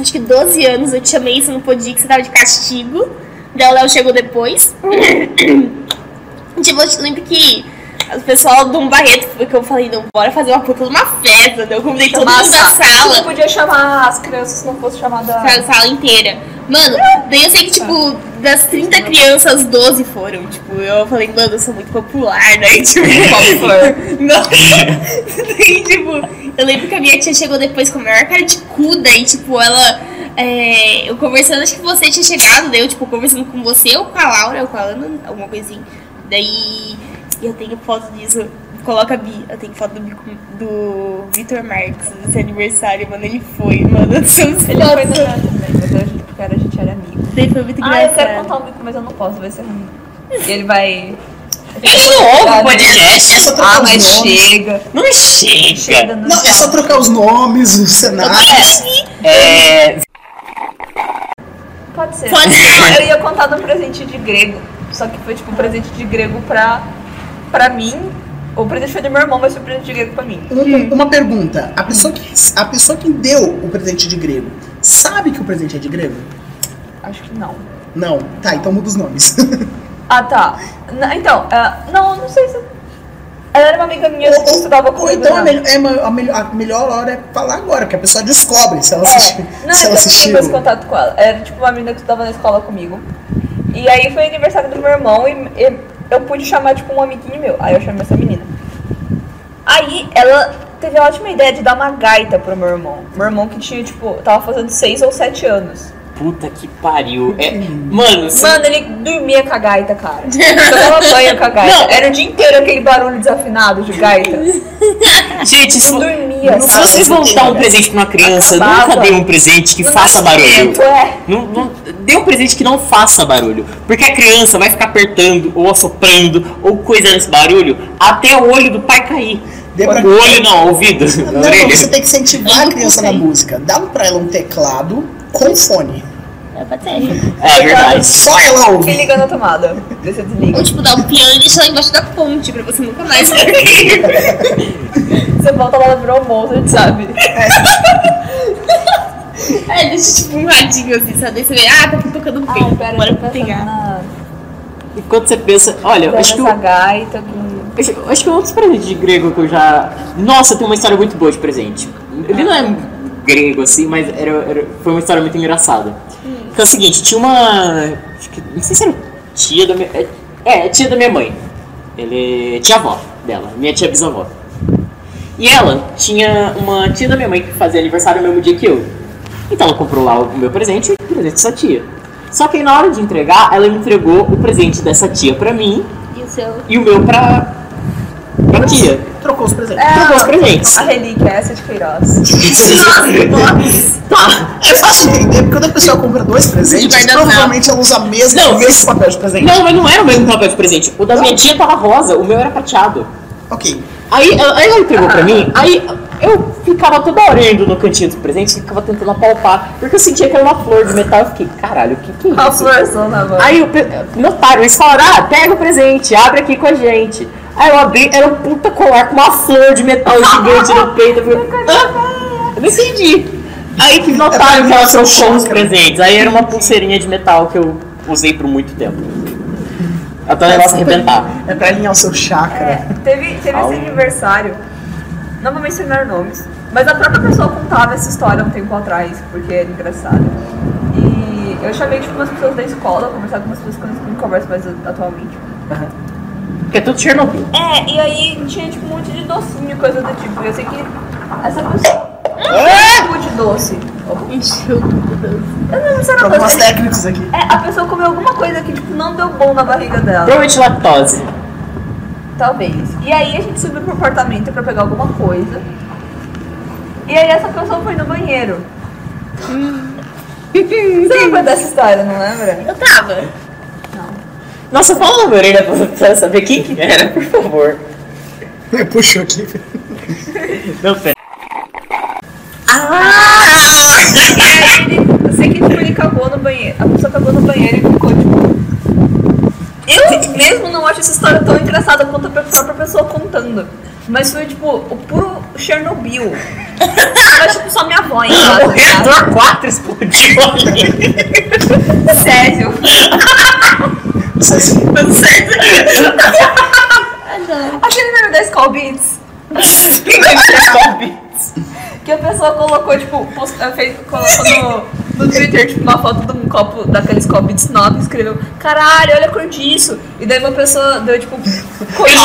[SPEAKER 3] Acho que 12 anos eu te chamei, você não podia, ir, que você tava de castigo. Daí o Léo chegou depois. tipo, eu te lembro que o pessoal do um Barreto, foi que eu falei, não, bora fazer uma puta numa festa. Daí eu convidei todo mundo da sala.
[SPEAKER 2] Não podia chamar as crianças se não fosse chamada.
[SPEAKER 3] a sala inteira. Mano, daí eu sei que, tipo, das 30 crianças, 12 foram. Tipo, eu falei, mano, eu sou muito popular, né? E, Tipo, não. daí, tipo, eu lembro que a minha tia chegou depois com a maior cara de cu, daí, tipo, ela. é, eu conversando, acho que você tinha chegado, daí eu, tipo, conversando com você, ou com a Laura, ou com a Ana, alguma coisinha. Daí eu tenho foto disso. Coloca a Bi, eu tenho foto do, Bi com- do Vitor Marques, desse aniversário, mano. Ele foi, mano. Eu sou
[SPEAKER 2] Ele foi do Jean também, né? mas eu acho que porque a gente era amigo.
[SPEAKER 3] Daí foi muito
[SPEAKER 2] Ah, eu
[SPEAKER 3] engraçado.
[SPEAKER 2] quero contar um bico, mas eu não posso, vai ser ruim. E ele vai.
[SPEAKER 6] Ele não ouve o podcast.
[SPEAKER 5] É só trocar
[SPEAKER 2] Ah,
[SPEAKER 5] os
[SPEAKER 2] mas
[SPEAKER 5] nomes.
[SPEAKER 2] chega.
[SPEAKER 6] Não
[SPEAKER 2] Chega
[SPEAKER 6] chega.
[SPEAKER 2] no
[SPEAKER 5] Não, é só
[SPEAKER 2] chat.
[SPEAKER 5] trocar os nomes, os cenários.
[SPEAKER 6] É,
[SPEAKER 2] Pode ser.
[SPEAKER 3] Pode
[SPEAKER 2] ser. Eu ia contar do presente de grego. Só que foi tipo um presente de grego pra, pra mim. O presente foi do meu irmão, mas foi um presente de grego pra mim.
[SPEAKER 5] Uma, uma pergunta. A pessoa, que, a pessoa que deu o presente de grego, sabe que o presente é de grego?
[SPEAKER 2] Acho que não.
[SPEAKER 5] Não. Tá, então muda os nomes.
[SPEAKER 2] Ah, tá. Na- então, ah, não, não sei se. Ela era uma amiga minha que estudava
[SPEAKER 5] ou, ou
[SPEAKER 2] comigo.
[SPEAKER 5] então é
[SPEAKER 2] né?
[SPEAKER 5] melhor- é ma- a, melhor, a melhor hora é falar agora, que a pessoa descobre se ela assistiu.
[SPEAKER 2] É, não,
[SPEAKER 5] se
[SPEAKER 2] eu
[SPEAKER 5] ela
[SPEAKER 2] não fiquei com
[SPEAKER 5] assistiu.
[SPEAKER 2] esse contato com ela. Era tipo uma menina que estudava na escola comigo. E aí foi aniversário do meu irmão e, e eu pude chamar, tipo, um amiguinho meu. Aí eu chamei essa menina. Aí ela teve a ótima ideia de dar uma gaita pro meu irmão. Meu irmão que tinha, tipo, tava fazendo 6 ou 7 anos.
[SPEAKER 6] Puta que pariu. É, mano, se-
[SPEAKER 2] Mano, ele dormia com a gaita, cara. Tomava banho com a gaita. Era o dia inteiro aquele barulho desafinado de gaita.
[SPEAKER 6] gente, se,
[SPEAKER 2] Não dormia,
[SPEAKER 6] se
[SPEAKER 2] sabe?
[SPEAKER 6] vocês vão dar um presente pra uma criança,
[SPEAKER 2] Acabava.
[SPEAKER 6] nunca dê um presente que faça barulho.
[SPEAKER 2] Ué,
[SPEAKER 6] Não, não, dê um presente que não faça barulho. Porque a criança vai ficar apertando, ou assoprando, ou coisa nesse barulho, até o olho do pai cair.
[SPEAKER 5] Dê pra-
[SPEAKER 6] O olho não, o ouvido.
[SPEAKER 5] Não,
[SPEAKER 6] na orelha.
[SPEAKER 5] você tem que incentivar a criança na música. Dá pra ela um teclado com fone.
[SPEAKER 6] É verdade.
[SPEAKER 5] Só ela
[SPEAKER 2] se
[SPEAKER 5] ouve.
[SPEAKER 2] liga na tomada. Vê se eu desligo.
[SPEAKER 3] Ou tipo, dar um piano e deixar embaixo da ponte pra você nunca mais.
[SPEAKER 2] Você volta lá, ela virou um Mozart, sabe?
[SPEAKER 3] é, deixa tipo um radinho assim, sabe? Aí você vê, ah, tá tocando um peito, bora pra pegar.
[SPEAKER 6] Enquanto você pensa, olha, eu acho que, eu,
[SPEAKER 2] essa gaita que...
[SPEAKER 6] acho, eu acho que é um dos presentes de grego que eu já. Nossa, tem uma história muito boa de presente. Ele não é grego assim, mas era, era- foi uma história muito engraçada. Que é o seguinte, tinha uma. acho que- não sei se era tia da minha. é- É, tia da minha mãe. Ele. Tia avó dela, minha tia bisavó. E ela tinha uma tia da minha mãe que fazia aniversário no mesmo dia que eu. Então ela comprou lá o meu presente e o presente dessa tia. Só que aí na hora de entregar, ela me entregou o presente dessa tia pra mim
[SPEAKER 3] E o seu?
[SPEAKER 6] e o meu pra, pra tia.
[SPEAKER 5] Trocou os presentes.
[SPEAKER 6] Então, dois presentes.
[SPEAKER 2] A relíquia é essa de Queiroz.
[SPEAKER 6] tá.
[SPEAKER 5] É fácil entender, porque quando a pessoa compra dois presentes,
[SPEAKER 3] guardanapo.
[SPEAKER 5] provavelmente ela usa a mesma,
[SPEAKER 6] Não.
[SPEAKER 5] o mesmo papel de presente.
[SPEAKER 6] Não, mas não era o mesmo papel de presente. O da minha tia tava rosa, o meu era prateado.
[SPEAKER 5] Ok.
[SPEAKER 6] Aí ela aí ela entregou pra mim, aí eu ficava toda hora indo no cantinho dos presentes, ficava tentando apalpar, porque eu sentia que era uma flor de metal. Eu fiquei, caralho, o que, que é
[SPEAKER 2] A
[SPEAKER 6] isso?
[SPEAKER 2] florção na mão.
[SPEAKER 6] Aí o pe- notário, eles falaram, ah, pega o presente, abre aqui com a gente. Aí eu abri, era um puta colar com uma flor de metal gigante no peito. Eu, falei, "Hã?" eu não entendi. Aí que notaram que ela trocou os presentes. Aí era uma pulseirinha de metal que eu usei por muito tempo. Até o negócio arrebentar.
[SPEAKER 5] É pra alinhar o seu
[SPEAKER 2] É,
[SPEAKER 5] chakra.
[SPEAKER 2] teve, teve
[SPEAKER 6] Au.
[SPEAKER 2] esse aniversário. Não vou mencionar nomes, mas a própria pessoa contava essa história um tempo atrás, porque era engraçado. E eu chamei tipo, umas pessoas da escola, conversar com umas pessoas que eu não converso mais atualmente.
[SPEAKER 6] Porque é tudo Chernobyl.
[SPEAKER 2] É, e aí tinha tipo um monte de docinho, coisa do tipo. E eu sei que essa pessoa. Um de doce.
[SPEAKER 3] Encheu tudo.
[SPEAKER 2] Eu não lembro se era
[SPEAKER 5] Problemas
[SPEAKER 2] doce.
[SPEAKER 5] técnicos aqui.
[SPEAKER 2] É, a pessoa comeu alguma coisa que tipo, não deu bom na barriga dela.
[SPEAKER 6] Provavelmente lactose.
[SPEAKER 2] Talvez. E aí a gente subiu pro apartamento pra pegar alguma coisa. E aí essa pessoa foi no banheiro. Hum. Você lembra dessa história, não lembra?
[SPEAKER 3] Eu tava.
[SPEAKER 6] Nossa, fala na orelha pra- pra saber quem que era, por favor.
[SPEAKER 5] É, Puxou aqui.
[SPEAKER 6] Não, pera.
[SPEAKER 2] E aí ele, É, eu sei que tipo, ele cagou no banheiro. A pessoa cagou no banheiro e ficou tipo. Eu mesmo não acho essa história tão engraçada quanto a própria pessoa contando. Mas foi tipo o puro Chernobyl. Era tipo só minha avó em
[SPEAKER 6] O
[SPEAKER 2] casa. sabe?
[SPEAKER 6] reator 4 explodiu ali.
[SPEAKER 2] Sério. Aquele meme da Skull Beats. Que a pessoa colocou, tipo, post- eh, fez, colocou no, no Twitter, tipo, uma foto de um copo daqueles copos de snob e escreveu, caralho, olha a cor disso. E daí uma pessoa deu, tipo, coisa.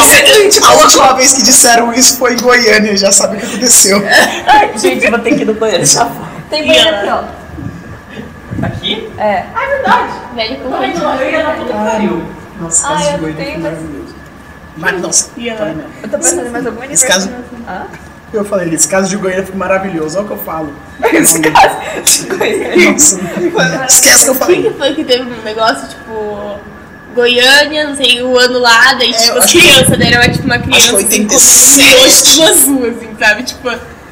[SPEAKER 5] A última vez que disseram isso foi em Goiânia, já sabe o que aconteceu.
[SPEAKER 6] Ai, gente, eu vou ter que ir no banheiro. Já vou.
[SPEAKER 2] Tem banheiro aqui, ó.
[SPEAKER 6] Aqui?
[SPEAKER 2] É.
[SPEAKER 3] Velho, como é
[SPEAKER 5] Nossa,
[SPEAKER 2] Ah,
[SPEAKER 5] caso de
[SPEAKER 2] eu
[SPEAKER 5] Goiânia
[SPEAKER 2] tenho,
[SPEAKER 5] foi
[SPEAKER 2] mas-
[SPEAKER 5] maravilhoso. Mas, nossa, tá bem, não.
[SPEAKER 2] Eu tô pensando em mais algum
[SPEAKER 5] Esse
[SPEAKER 2] aniversário.
[SPEAKER 5] caso-
[SPEAKER 2] Ah?
[SPEAKER 5] eu falei, esse caso de Goiânia foi maravilhoso, olha o que eu falo.
[SPEAKER 2] Esse caso de coisa.
[SPEAKER 5] Nossa, esquece que eu
[SPEAKER 3] Quem que
[SPEAKER 5] falei.
[SPEAKER 3] foi que teve um negócio, tipo, Goiânia, não sei, o ano lá, daí,
[SPEAKER 5] É,
[SPEAKER 3] tipo,
[SPEAKER 5] eu acho que-
[SPEAKER 3] criança, daí era tipo uma
[SPEAKER 5] Acho que
[SPEAKER 3] criança.
[SPEAKER 5] foi
[SPEAKER 3] Milhões de
[SPEAKER 5] 86.
[SPEAKER 3] azul, assim, sabe? Tipo,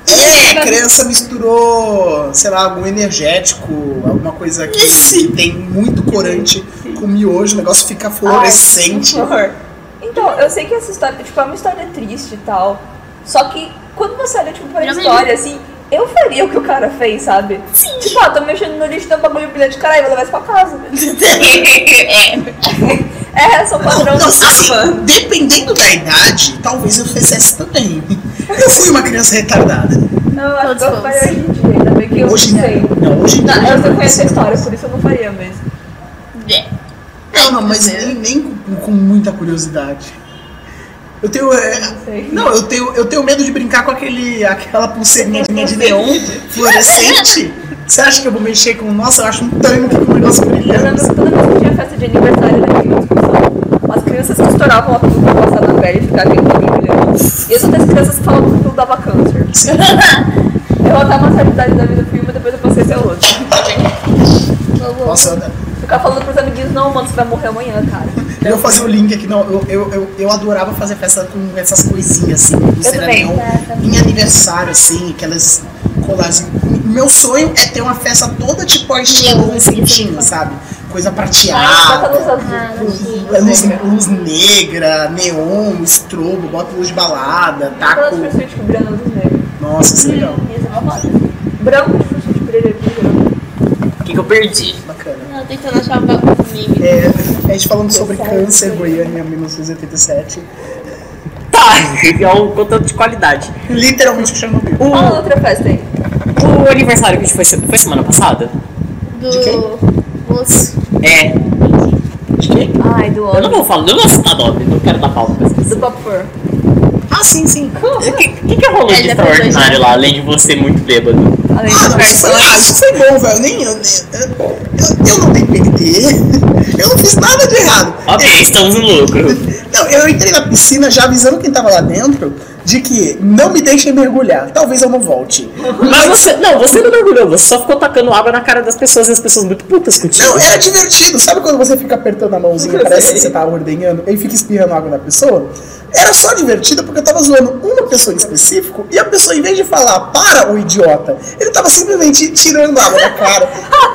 [SPEAKER 5] É, a criança misturou, sei lá, algum energético, alguma coisa que que tem muito corante com miojo, o negócio fica fluorescente.
[SPEAKER 2] Então, eu sei que essa história, tipo, é uma história triste e tal. Só que quando você olha, tipo, pra
[SPEAKER 3] Não, mas-
[SPEAKER 2] história, assim, eu faria o que o cara fez, sabe? Sim. Tipo, ó, tô mexendo no lixo, dá um bagulho brilhante, caralho, vou levar isso pra casa. é. É, sou padrão do
[SPEAKER 5] Nossa, assim,
[SPEAKER 2] Saban.
[SPEAKER 5] dependendo da idade, talvez eu fizesse também. Eu fui uma criança retardada.
[SPEAKER 2] Não, eu acho que eu
[SPEAKER 3] Todos
[SPEAKER 2] faria hoje em dia, ainda bem que eu
[SPEAKER 5] Hoje
[SPEAKER 2] não sei.
[SPEAKER 5] não. Não, hoje
[SPEAKER 2] Não, eu
[SPEAKER 5] não.
[SPEAKER 2] não conheço a história, por isso eu não faria mesmo.
[SPEAKER 3] é.
[SPEAKER 5] Não, não, mas nem, nem com, com muita curiosidade. Eu tenho. é, não, eu tenho, eu tenho medo de brincar com aquele, aquela pulseirinha de neon fluorescente. Você acha que eu vou mexer com. Nossa, eu acho um tanque com um negócio
[SPEAKER 4] Eu
[SPEAKER 5] brilhando.
[SPEAKER 4] lembro que toda vez que tinha festa de aniversário da minha discussão, as crianças que estouravam a peruca passada na pele e ficavam brilhando. E as outras crianças que falavam que aquilo dava câncer. Eu até uma certa idade da vida fui uma, depois eu passei a ser outra.
[SPEAKER 5] Nossa, eu-
[SPEAKER 4] Ficar falando pros amiguinhos, não, mano, você vai morrer amanhã, cara.
[SPEAKER 5] Eu vou fazer o link aqui, não. Eu, eu, eu, eu adorava fazer festa com essas coisinhas, assim, pulseira
[SPEAKER 4] também.
[SPEAKER 5] neon, em aniversário, assim, aquelas colagens. M- Meu sonho é ter uma festa toda tipo artinha
[SPEAKER 3] Meu,
[SPEAKER 5] bronzentinho, sabe? Coisa
[SPEAKER 4] Bota luz
[SPEAKER 5] prateada,
[SPEAKER 4] azul.
[SPEAKER 5] luz, luz negra, neon, estrobo, bota luz de balada,
[SPEAKER 4] Aquelas tipo,
[SPEAKER 5] taco.
[SPEAKER 4] frutas que brilham luz negra.
[SPEAKER 5] Nossa, isso é legal.
[SPEAKER 4] Branco tipo, assim, de frutas que brilham brilham.
[SPEAKER 6] O que, que eu perdi?
[SPEAKER 5] Bacana.
[SPEAKER 3] Não, tentando achar um o bagulho comigo.
[SPEAKER 5] É, a gente falando sobre câncer, Goiânia, 1987.
[SPEAKER 6] Tá, é um conteúdo de qualidade.
[SPEAKER 5] Literalmente Chernobyl.
[SPEAKER 4] Fala
[SPEAKER 2] Ah,
[SPEAKER 6] O,
[SPEAKER 4] outra festa aí.
[SPEAKER 6] o aniversário que a gente foi, se- foi semana passada?
[SPEAKER 3] Do.
[SPEAKER 5] De quem?
[SPEAKER 3] moço.
[SPEAKER 6] É.
[SPEAKER 4] Ai, do
[SPEAKER 6] Eu não
[SPEAKER 4] óleo.
[SPEAKER 6] vou falar, eu não vou citar nome, não quero dar pauta pra
[SPEAKER 4] Do
[SPEAKER 6] vocês.
[SPEAKER 4] Pop Fur.
[SPEAKER 5] Ah, sim, sim.
[SPEAKER 6] O que, que, que rolou
[SPEAKER 3] É,
[SPEAKER 6] de
[SPEAKER 3] já foi
[SPEAKER 6] extraordinário lá, além de você muito bêbado?
[SPEAKER 4] Além
[SPEAKER 5] Ah,
[SPEAKER 4] de
[SPEAKER 5] não, isso foi, ah, isso foi bom, velho. Nem eu, nem- eu, eu, eu não dei PT. Eu não fiz nada de errado.
[SPEAKER 6] Ok, estamos no lucro.
[SPEAKER 5] Não, eu entrei na piscina já avisando quem tava lá dentro de que não me deixem mergulhar. Talvez eu não volte.
[SPEAKER 6] Mas você, não, você não mergulhou, você só ficou tacando água na cara das pessoas e as pessoas muito putas contigo.
[SPEAKER 5] Não, era divertido. Sabe quando você fica apertando a mãozinha, parece que você tá ordenhando e fica espirrando água na pessoa? Era só divertido porque eu tava zoando uma pessoa em específico e a pessoa, em vez de falar para o idiota, ele tava simplesmente tirando água da cara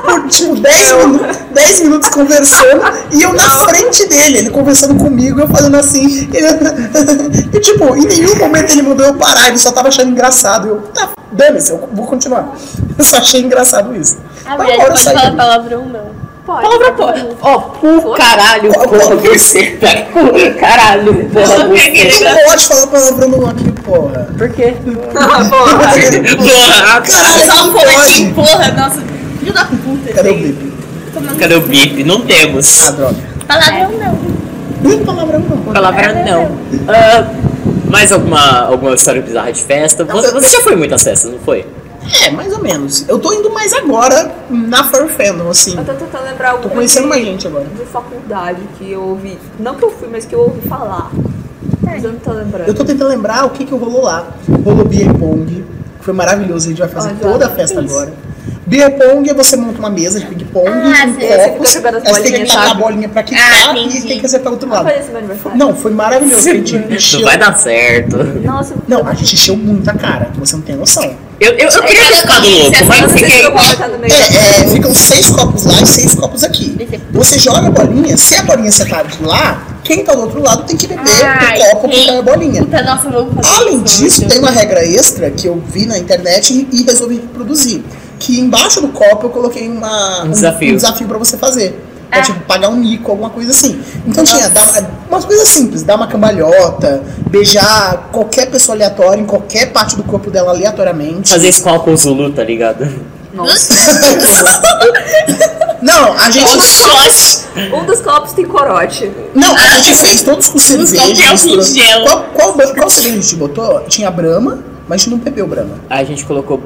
[SPEAKER 5] por tipo 10 minutos, 10 minutos conversando e eu na frente dele, ele conversando comigo, eu fazendo assim. ele- e tipo, em nenhum momento ele mandou eu parar, ele só tava achando engraçado. Eu, tá, dane-se, eu vou continuar. Eu só achei engraçado isso. Então,
[SPEAKER 3] A
[SPEAKER 5] Agora
[SPEAKER 3] Ah, mulher
[SPEAKER 5] eu
[SPEAKER 3] pode
[SPEAKER 5] saí
[SPEAKER 3] falar
[SPEAKER 5] dali.
[SPEAKER 3] palavrão, não.
[SPEAKER 6] Palavra porra. é, Ó, pu, caralho, porra, você. É, Pu, caralho, porra, você.
[SPEAKER 5] Não pode falar palavrão no aqui, porra.
[SPEAKER 6] Por quê?
[SPEAKER 4] Ah,
[SPEAKER 6] ah,
[SPEAKER 5] Caralho,
[SPEAKER 3] Só
[SPEAKER 5] não
[SPEAKER 3] um pouquinho,
[SPEAKER 5] pode.
[SPEAKER 3] porra, nossa. Filho da puta.
[SPEAKER 5] Cadê o
[SPEAKER 3] velho.
[SPEAKER 5] bip?
[SPEAKER 6] Cadê o bip? Não temos.
[SPEAKER 5] Ah, droga.
[SPEAKER 3] Palavrão, tá não.
[SPEAKER 5] Nem palavrão não.
[SPEAKER 6] Palavra não. Ah, mais alguma, alguma história bizarra de festa? Você, você já foi em muitas festas, não foi?
[SPEAKER 5] É, mais ou menos. Eu tô indo mais agora na Fur Fandom, assim.
[SPEAKER 4] Eu tô tentando lembrar
[SPEAKER 5] Tô
[SPEAKER 4] alguma
[SPEAKER 5] conhecendo mais gente agora.
[SPEAKER 4] de faculdade que eu ouvi. Não que eu fui, mas que eu ouvi falar. Mas eu não tô
[SPEAKER 5] Eu
[SPEAKER 4] lembrando.
[SPEAKER 5] tô tentando lembrar o que que rolou lá. Rolou Beer Pong, que foi maravilhoso. A gente vai fazer
[SPEAKER 4] Olha,
[SPEAKER 5] toda a
[SPEAKER 4] que
[SPEAKER 5] festa
[SPEAKER 4] isso.
[SPEAKER 5] agora. Beer Pong é você monta uma mesa de ping-pong
[SPEAKER 3] Ah,
[SPEAKER 5] com
[SPEAKER 3] sim,
[SPEAKER 4] você
[SPEAKER 5] copos.
[SPEAKER 4] fica jogando as
[SPEAKER 5] aí Você tem
[SPEAKER 4] bolinhas,
[SPEAKER 5] que tacar a
[SPEAKER 4] sabe?
[SPEAKER 5] bolinha pra que
[SPEAKER 3] Ah,
[SPEAKER 5] e
[SPEAKER 3] entendi.
[SPEAKER 5] tem que ser pra outro
[SPEAKER 4] Não
[SPEAKER 5] lado.
[SPEAKER 4] foi esse meu aniversário.
[SPEAKER 5] Não, foi maravilhoso. A gente
[SPEAKER 6] Não
[SPEAKER 5] encheu-
[SPEAKER 6] vai dar certo.
[SPEAKER 4] Nossa, eu-
[SPEAKER 5] Não, a gente encheu muita cara. Você não tem noção.
[SPEAKER 6] Eu, eu, eu queria ter ficado louco, mas eu
[SPEAKER 4] Você
[SPEAKER 6] fiquei.
[SPEAKER 4] tirou o papai tá no meio.
[SPEAKER 5] É, é, ficam seis copos lá e seis copos aqui. Você joga a bolinha, se a bolinha acertar de lá, quem tá do outro lado tem que beber
[SPEAKER 3] Ai,
[SPEAKER 5] o copo que
[SPEAKER 3] quem-
[SPEAKER 5] caiu a bolinha.
[SPEAKER 3] Puta, nossa, eu vou fazer
[SPEAKER 5] É. Além
[SPEAKER 3] isso,
[SPEAKER 5] disso,
[SPEAKER 3] meu
[SPEAKER 5] tem uma regra extra que eu vi na internet e- e resolvi reproduzir. Que embaixo do copo eu coloquei uma,
[SPEAKER 6] Um desafio.
[SPEAKER 5] pra você fazer. Pra,
[SPEAKER 3] Ah.
[SPEAKER 5] tipo, pagar um nico, alguma coisa assim. Então tinha dar uma- umas coisas simples. Dar uma cambalhota, beijar qualquer pessoa aleatória em qualquer parte do corpo dela aleatoriamente.
[SPEAKER 6] Fazer escola com o Zulu, tá ligado?
[SPEAKER 5] é. Não, a gente...
[SPEAKER 4] Um dos copos tem corote.
[SPEAKER 5] Não, a gente fez todos com cerveja.
[SPEAKER 6] coquetel
[SPEAKER 5] misturou.
[SPEAKER 6] com gelo.
[SPEAKER 5] Qual, qual, ban- qual cerveja a gente botou? Tinha Brahma, mas a gente não bebeu Brahma.
[SPEAKER 6] Aí a gente colocou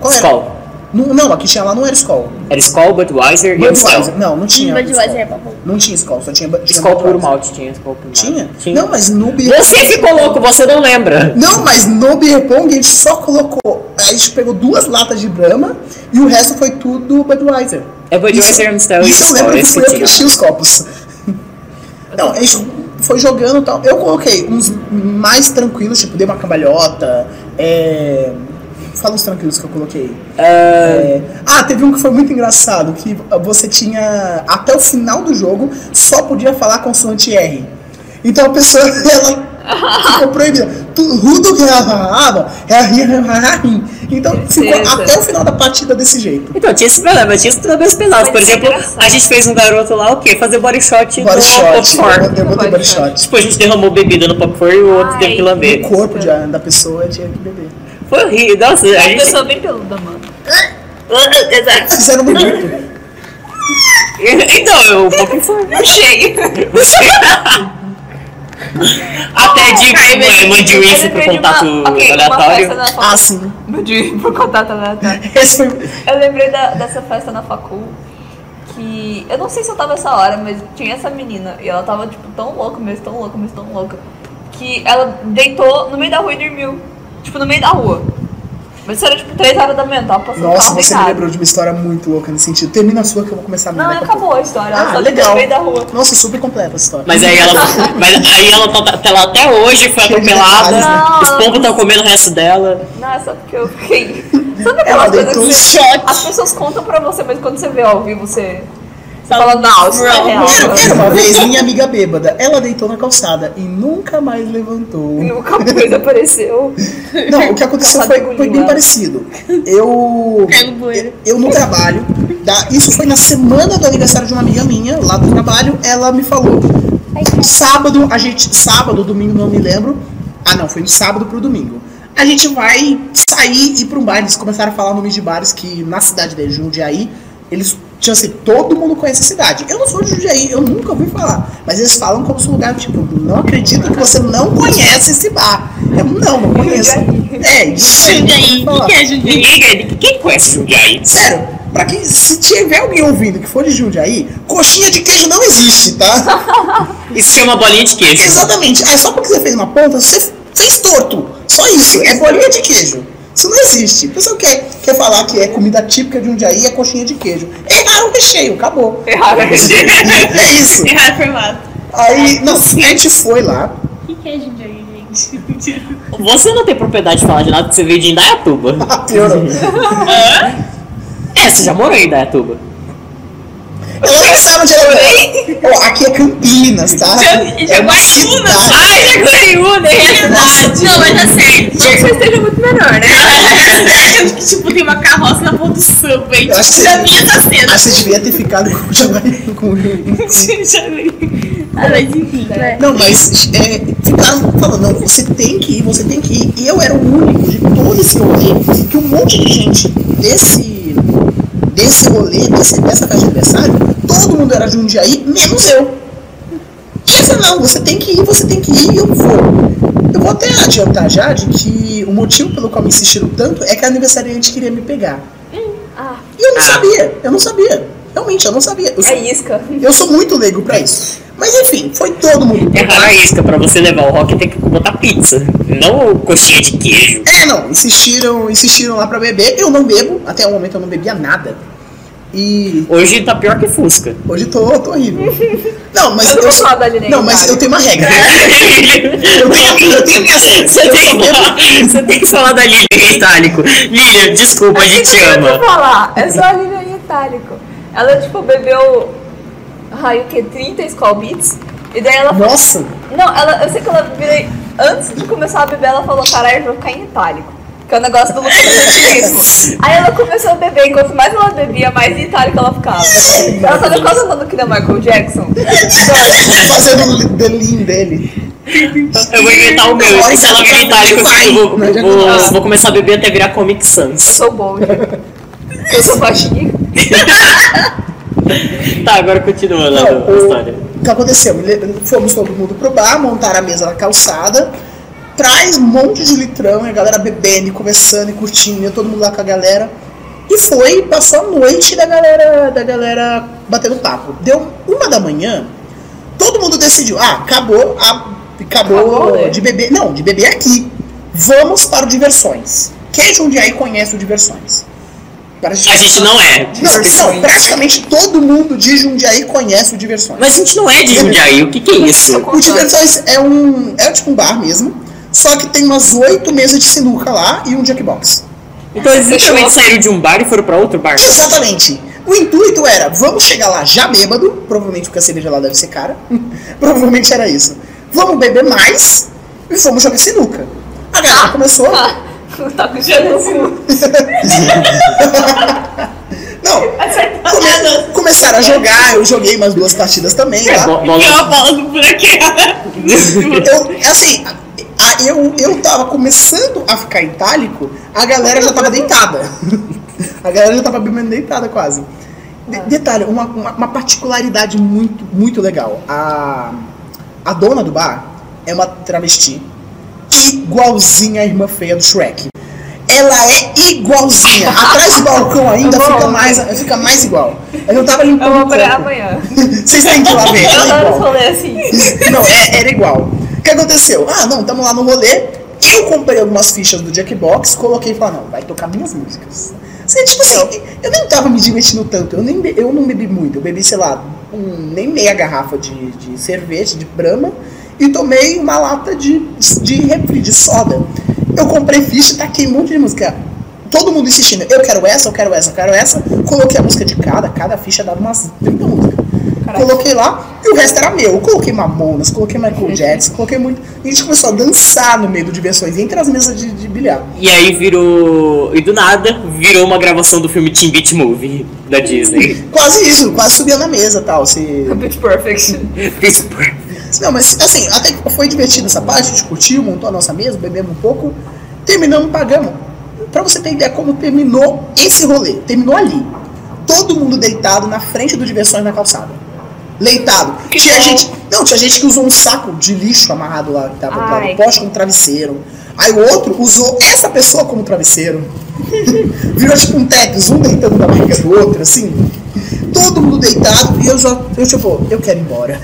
[SPEAKER 5] Qual era?
[SPEAKER 6] Skol.
[SPEAKER 5] Não, não, a que tinha lá não era Skol.
[SPEAKER 6] Era Skol, Budweiser e
[SPEAKER 5] Budweiser.
[SPEAKER 6] Amstel.
[SPEAKER 5] Não, não tinha.
[SPEAKER 3] Budweiser
[SPEAKER 5] Skol.
[SPEAKER 3] é bom.
[SPEAKER 5] Não tinha Skol, só tinha. tinha
[SPEAKER 6] Skol puro
[SPEAKER 5] Budweiser.
[SPEAKER 6] malte tinha, Skol puro malte.
[SPEAKER 5] Tinha?
[SPEAKER 6] Tinha.
[SPEAKER 5] Não, mas no Beer
[SPEAKER 6] Você ficou louco, você não lembra.
[SPEAKER 5] Não, mas no Beer Pong a gente só colocou. A gente pegou duas latas de Brahma e o resto foi tudo Budweiser.
[SPEAKER 6] É Budweiser, Amstel e
[SPEAKER 5] Isso eu
[SPEAKER 6] Skol,
[SPEAKER 5] lembro
[SPEAKER 6] é
[SPEAKER 5] que
[SPEAKER 6] isso
[SPEAKER 5] fui eu que
[SPEAKER 6] que tinha.
[SPEAKER 5] enchi os copos. Não, a gente foi jogando e tal. Eu coloquei uns mais tranquilos, tipo, dei uma cambalhota. É... Fala os tranquilos que eu coloquei. É, Ah, teve um que foi muito engraçado, que você tinha. Até o final do jogo só podia falar consoante R. Então a pessoa ela ficou proibida. Tudo que é ela falava era É ri, ri, ri, ri. Então ficou
[SPEAKER 4] Certeza.
[SPEAKER 5] até o final da partida desse jeito.
[SPEAKER 6] Então, tinha esse problema, tinha esses problemas pesados.
[SPEAKER 4] Mas
[SPEAKER 6] Por
[SPEAKER 4] isso é
[SPEAKER 6] exemplo,
[SPEAKER 4] engraçado.
[SPEAKER 6] a gente fez um garoto lá, o quê? Fazer body shot no
[SPEAKER 5] Body shot. Eu,
[SPEAKER 6] popcorn.
[SPEAKER 5] botei- eu botei body shot.
[SPEAKER 6] Tipo, a gente derramou bebida no popcorn e o outro
[SPEAKER 4] Ai.
[SPEAKER 6] teve que
[SPEAKER 5] O
[SPEAKER 6] lamber.
[SPEAKER 5] corpo de, da pessoa tinha que beber.
[SPEAKER 6] Foi horrível. Nossa, a
[SPEAKER 4] Eu
[SPEAKER 6] gente...
[SPEAKER 4] sou bem peluda, mano.
[SPEAKER 6] Exato.
[SPEAKER 5] Fizeram bonito.
[SPEAKER 6] Então, o popcorn...
[SPEAKER 4] Cheio.
[SPEAKER 6] Até digo que é mãe, mãe de Reese pro contato aleatório.
[SPEAKER 5] Ah, sim.
[SPEAKER 2] De, pro contato aleatório.
[SPEAKER 5] Esse foi...
[SPEAKER 2] Eu lembrei da- dessa festa na facul, que eu não sei se eu tava essa hora, mas tinha essa menina e ela tava, tipo, tão louca mesmo, tão louca mesmo, tão louca, que ela deitou no meio da rua e dormiu. Tipo, no meio da rua. Mas isso era, tipo, 3 horas da manhã, tava passando
[SPEAKER 5] Nossa,
[SPEAKER 2] carro
[SPEAKER 5] você me
[SPEAKER 2] deitado.
[SPEAKER 5] lembrou de uma história muito louca nesse sentido. Termina a sua que eu vou começar a minha.
[SPEAKER 2] Não, é
[SPEAKER 5] daqui a
[SPEAKER 2] acabou a história, ela
[SPEAKER 5] Ah,
[SPEAKER 2] só
[SPEAKER 5] legal.
[SPEAKER 2] deitou no meio da rua.
[SPEAKER 5] pouco. Nossa, super completa a história.
[SPEAKER 6] Mas aí ela, mas aí ela, tá, tá- ela até hoje foi
[SPEAKER 5] Cheia de
[SPEAKER 6] atropelada,
[SPEAKER 5] detalhes, né?
[SPEAKER 6] os pombos estão comendo o resto dela.
[SPEAKER 2] Não, é só porque eu fiquei. Sabe aquela
[SPEAKER 5] Ela
[SPEAKER 2] coisa que
[SPEAKER 5] deitou um
[SPEAKER 2] você-
[SPEAKER 5] shot.
[SPEAKER 2] as pessoas contam pra você, mas quando você vê ao vivo, você. Você fala, não, isso não é real.
[SPEAKER 5] Era,
[SPEAKER 2] não."
[SPEAKER 5] era uma vez minha amiga bêbada. Ela deitou na calçada e nunca mais levantou.
[SPEAKER 2] E nunca mais apareceu.
[SPEAKER 5] Não, o que aconteceu
[SPEAKER 2] Calçada
[SPEAKER 5] foi, foi
[SPEAKER 2] engoliu
[SPEAKER 5] bem
[SPEAKER 2] ela.
[SPEAKER 5] parecido. Eu.
[SPEAKER 3] Caiu no bueiro.
[SPEAKER 5] Eu no trabalho, tá? isso foi na semana do aniversário de uma amiga minha, lá do trabalho, ela me falou. Sábado, a gente. Sábado, domingo, não me lembro. Ah não, foi no sábado pro domingo. A gente vai sair e ir pra um bar. Eles começaram a falar nome de bares que na cidade de Jundiaí, eles. Tinha assim, todo mundo conhece a cidade. Eu não sou de Jundiaí, eu nunca ouvi falar. Mas eles falam como se um lugar, tipo, não acredito que você não conhece esse bar. Eu não, não conheço. É, Jundiaí. nunca ouvi
[SPEAKER 3] Jundiaí. O
[SPEAKER 5] falar.
[SPEAKER 3] que é Jundiaí?
[SPEAKER 6] Ninguém, quem conhece Jundiaí?
[SPEAKER 5] Sério, pra quem. Se tiver alguém ouvindo que for de Jundiaí, coxinha de queijo não existe, tá?
[SPEAKER 6] Isso se chama bolinha de queijo.
[SPEAKER 5] Exatamente. Aí só porque você fez uma ponta, você fez torto. Só isso. É bolinha de queijo. Isso não existe. O pessoal quer, quer falar que é comida típica de Jundiaí, é coxinha de queijo. Erraram o recheio, acabou.
[SPEAKER 2] Erraram.
[SPEAKER 5] É isso.
[SPEAKER 3] Errado formato.
[SPEAKER 5] Aí, não, a gente foi lá.
[SPEAKER 3] O que que é Jundiaí, gente?
[SPEAKER 6] Você não tem propriedade de falar de nada que você veio de Indaiatuba.
[SPEAKER 5] Piorou.
[SPEAKER 6] É, você já morou em Indaiatuba.
[SPEAKER 5] Ela não sabe onde ela é. Ó, Aqui é Campinas, tá?
[SPEAKER 3] Já-
[SPEAKER 5] uma
[SPEAKER 3] Jaguariúna,
[SPEAKER 5] cidade. é
[SPEAKER 6] Ai, já ganhou, né?
[SPEAKER 3] Não, mas é sério.
[SPEAKER 4] Talvez seja muito melhor, né?
[SPEAKER 3] Eu, tipo, tem uma carroça na ponta do subway.
[SPEAKER 5] Eu acho
[SPEAKER 3] Tipo,
[SPEAKER 5] que-
[SPEAKER 3] já vi essa cena.
[SPEAKER 5] Acho que você devia ter ficado com o Jaguariúna. com-
[SPEAKER 3] Já vi. Ah, mas enfim, né?
[SPEAKER 5] Não, mas é, ficaram falando, não, você tem que ir, você tem que ir. E eu era o único de todo esse rolê que um monte de gente desse, desse rolê, desse, dessa festa de aniversário, todo mundo era de um Jundiaí, menos eu. E eu falei, não, você tem que ir, você tem que ir, e eu vou. Eu vou até adiantar já de que o motivo pelo qual me insistiram tanto é que a aniversariante queria me pegar.
[SPEAKER 3] Ah.
[SPEAKER 5] E eu não sabia, eu não sabia. Realmente, eu não sabia. Eu sou,
[SPEAKER 2] É isca.
[SPEAKER 5] eu sou muito leigo pra isso. Mas enfim, foi todo mundo.
[SPEAKER 6] É raro a isca pra você levar o rock tem que botar pizza. Não coxinha de queijo.
[SPEAKER 5] É, não, insistiram, insistiram lá pra beber. Eu não bebo, até o momento eu não bebia nada. E
[SPEAKER 6] Hoje tá pior que Fusca.
[SPEAKER 5] hoje tô, tô horrível. Não, mas
[SPEAKER 2] Eu não
[SPEAKER 5] eu,
[SPEAKER 2] vou
[SPEAKER 5] sou-
[SPEAKER 2] falar da Aline
[SPEAKER 5] não, mas
[SPEAKER 2] Ricardo.
[SPEAKER 5] eu tenho uma regra. Eu tenho, eu tenho minhas regras.
[SPEAKER 6] Você
[SPEAKER 5] Eu
[SPEAKER 6] tem,
[SPEAKER 5] só
[SPEAKER 6] que falar,
[SPEAKER 5] bebo-
[SPEAKER 6] você tem que falar da Lilian em itálico. Lilian, desculpa, a gente te
[SPEAKER 2] É Eu
[SPEAKER 6] ama.
[SPEAKER 2] vou falar, é só a Lilian em itálico. Ela, tipo, bebeu. Ai, o quê? 30 Skull Beats? E daí ela.
[SPEAKER 5] Nossa,
[SPEAKER 2] Não, ela, eu sei que ela virei. Antes de começar a beber, ela falou: caralho, eu vou ficar em itálico. Que é o negócio do
[SPEAKER 5] É
[SPEAKER 2] lucrativismo. Aí ela começou a beber, e quanto mais ela bebia, mais em itálico ela ficava. Ela sabe qual cantando que deu Michael Jackson?
[SPEAKER 5] fazendo o delin dele.
[SPEAKER 6] Eu vou inventar o meu.
[SPEAKER 5] Nossa,
[SPEAKER 6] Se ela vir em itálico, eu
[SPEAKER 5] vai.
[SPEAKER 6] vou,
[SPEAKER 5] Não adianta
[SPEAKER 6] vou-
[SPEAKER 5] nada.
[SPEAKER 6] vou começar a beber até virar Comic Sans.
[SPEAKER 2] Sou bold. Eu sou baixinho.
[SPEAKER 6] Tá, agora continua lá
[SPEAKER 5] Não,
[SPEAKER 6] a
[SPEAKER 5] o-
[SPEAKER 6] história.
[SPEAKER 5] O que aconteceu? Ele- Fomos todo mundo pro bar, montaram a mesa na calçada, traz um monte de litrão, e a galera bebendo, e conversando e curtindo, e todo mundo lá com a galera. E foi, passou a noite da galera, da galera batendo papo. Deu uma da manhã, todo mundo decidiu, ah, acabou, a- acabou,
[SPEAKER 2] Acabou, né?
[SPEAKER 5] de beber, não, de beber aqui. Vamos para o Diversões. Quem de Jundiaí conhece o Diversões? Para
[SPEAKER 6] A gente não é.
[SPEAKER 5] Não, não, praticamente todo mundo de Jundiaí conhece o Diversões.
[SPEAKER 6] Mas a gente não é de Jundiaí, o que que é isso?
[SPEAKER 5] O Diversões é um. É tipo um bar mesmo. Só que tem umas oito mesas de sinuca lá e um jackbox.
[SPEAKER 6] Então eles literalmente saíram de um bar e foram pra outro bar?
[SPEAKER 5] Exatamente. O intuito era, vamos chegar lá já bêbado, provavelmente porque a cerveja lá deve ser cara. provavelmente era isso. Vamos beber mais e vamos jogar sinuca. A galera começou.
[SPEAKER 2] Tá com gelo no cu.
[SPEAKER 5] Não, come- começaram a jogar, eu joguei umas duas partidas também.
[SPEAKER 6] É,
[SPEAKER 5] lá.
[SPEAKER 6] bo- bola-
[SPEAKER 3] Deu a bola no buraco.
[SPEAKER 5] Eu, assim, a- a- eu, eu tava começando a ficar itálico, a galera já tava deitada. A galera já tava bebendo deitada quase. De-
[SPEAKER 2] Ah.
[SPEAKER 5] detalhe, uma, uma, uma particularidade muito, muito legal. A, a dona do bar, é uma travesti igualzinha à irmã feia do Shrek. Ela é igualzinha. Atrás do balcão ainda fica mais, fica mais igual. Eu não tava
[SPEAKER 2] Eu
[SPEAKER 5] limpando
[SPEAKER 2] vou
[SPEAKER 5] o
[SPEAKER 2] pra
[SPEAKER 5] copo.
[SPEAKER 2] amanhã.
[SPEAKER 5] Vocês têm que ir lá ver.
[SPEAKER 2] Eu
[SPEAKER 5] Ela é
[SPEAKER 2] adoro
[SPEAKER 5] igual.
[SPEAKER 2] rolê assim.
[SPEAKER 5] Não, é- era igual. O que aconteceu? Ah, não, tamo lá no rolê. Eu comprei algumas fichas do Jackbox, coloquei e falei, "Ah, não, vai tocar minhas músicas. Assim, tipo assim, eu nem tava me divertindo tanto, eu, nem be- eu não bebi muito, eu bebi, sei lá, um- nem meia garrafa de, de cerveja, de brama, e tomei uma lata de, de refri, de soda. Eu comprei ficha, taquei um monte de música. Todo mundo insistindo, eu quero essa, eu quero essa, eu quero essa. Coloquei a música de cada, cada ficha dava umas 30 músicas. Coloquei lá e o resto era meu. Eu coloquei Mamonas, coloquei Michael Jackson, coloquei muito. E a gente começou a dançar no meio do diversões, entre as mesas de, de bilhar.
[SPEAKER 6] E aí virou. E do nada, virou uma gravação do filme Teen Beat Movie da Disney.
[SPEAKER 5] Quase isso, quase subia na mesa e tal. Se...
[SPEAKER 2] Pitch Perfect.
[SPEAKER 5] Não, mas assim, até que foi divertido essa parte, a gente curtiu, montou a nossa mesa, bebemos um pouco, terminamos, pagamos. Pra você ter ideia como terminou esse rolê, terminou ali. Todo mundo deitado na frente do diversões na calçada. Leitado. tinha gente. Não, tinha gente que usou um saco de lixo amarrado lá, que tava lá
[SPEAKER 2] Ai.
[SPEAKER 5] no poste como travesseiro. Aí o outro usou essa pessoa como travesseiro. Virou tipo um tetris, um deitando na barriga do outro, assim. Todo mundo deitado e eu já. Eu tipo, eu quero ir embora.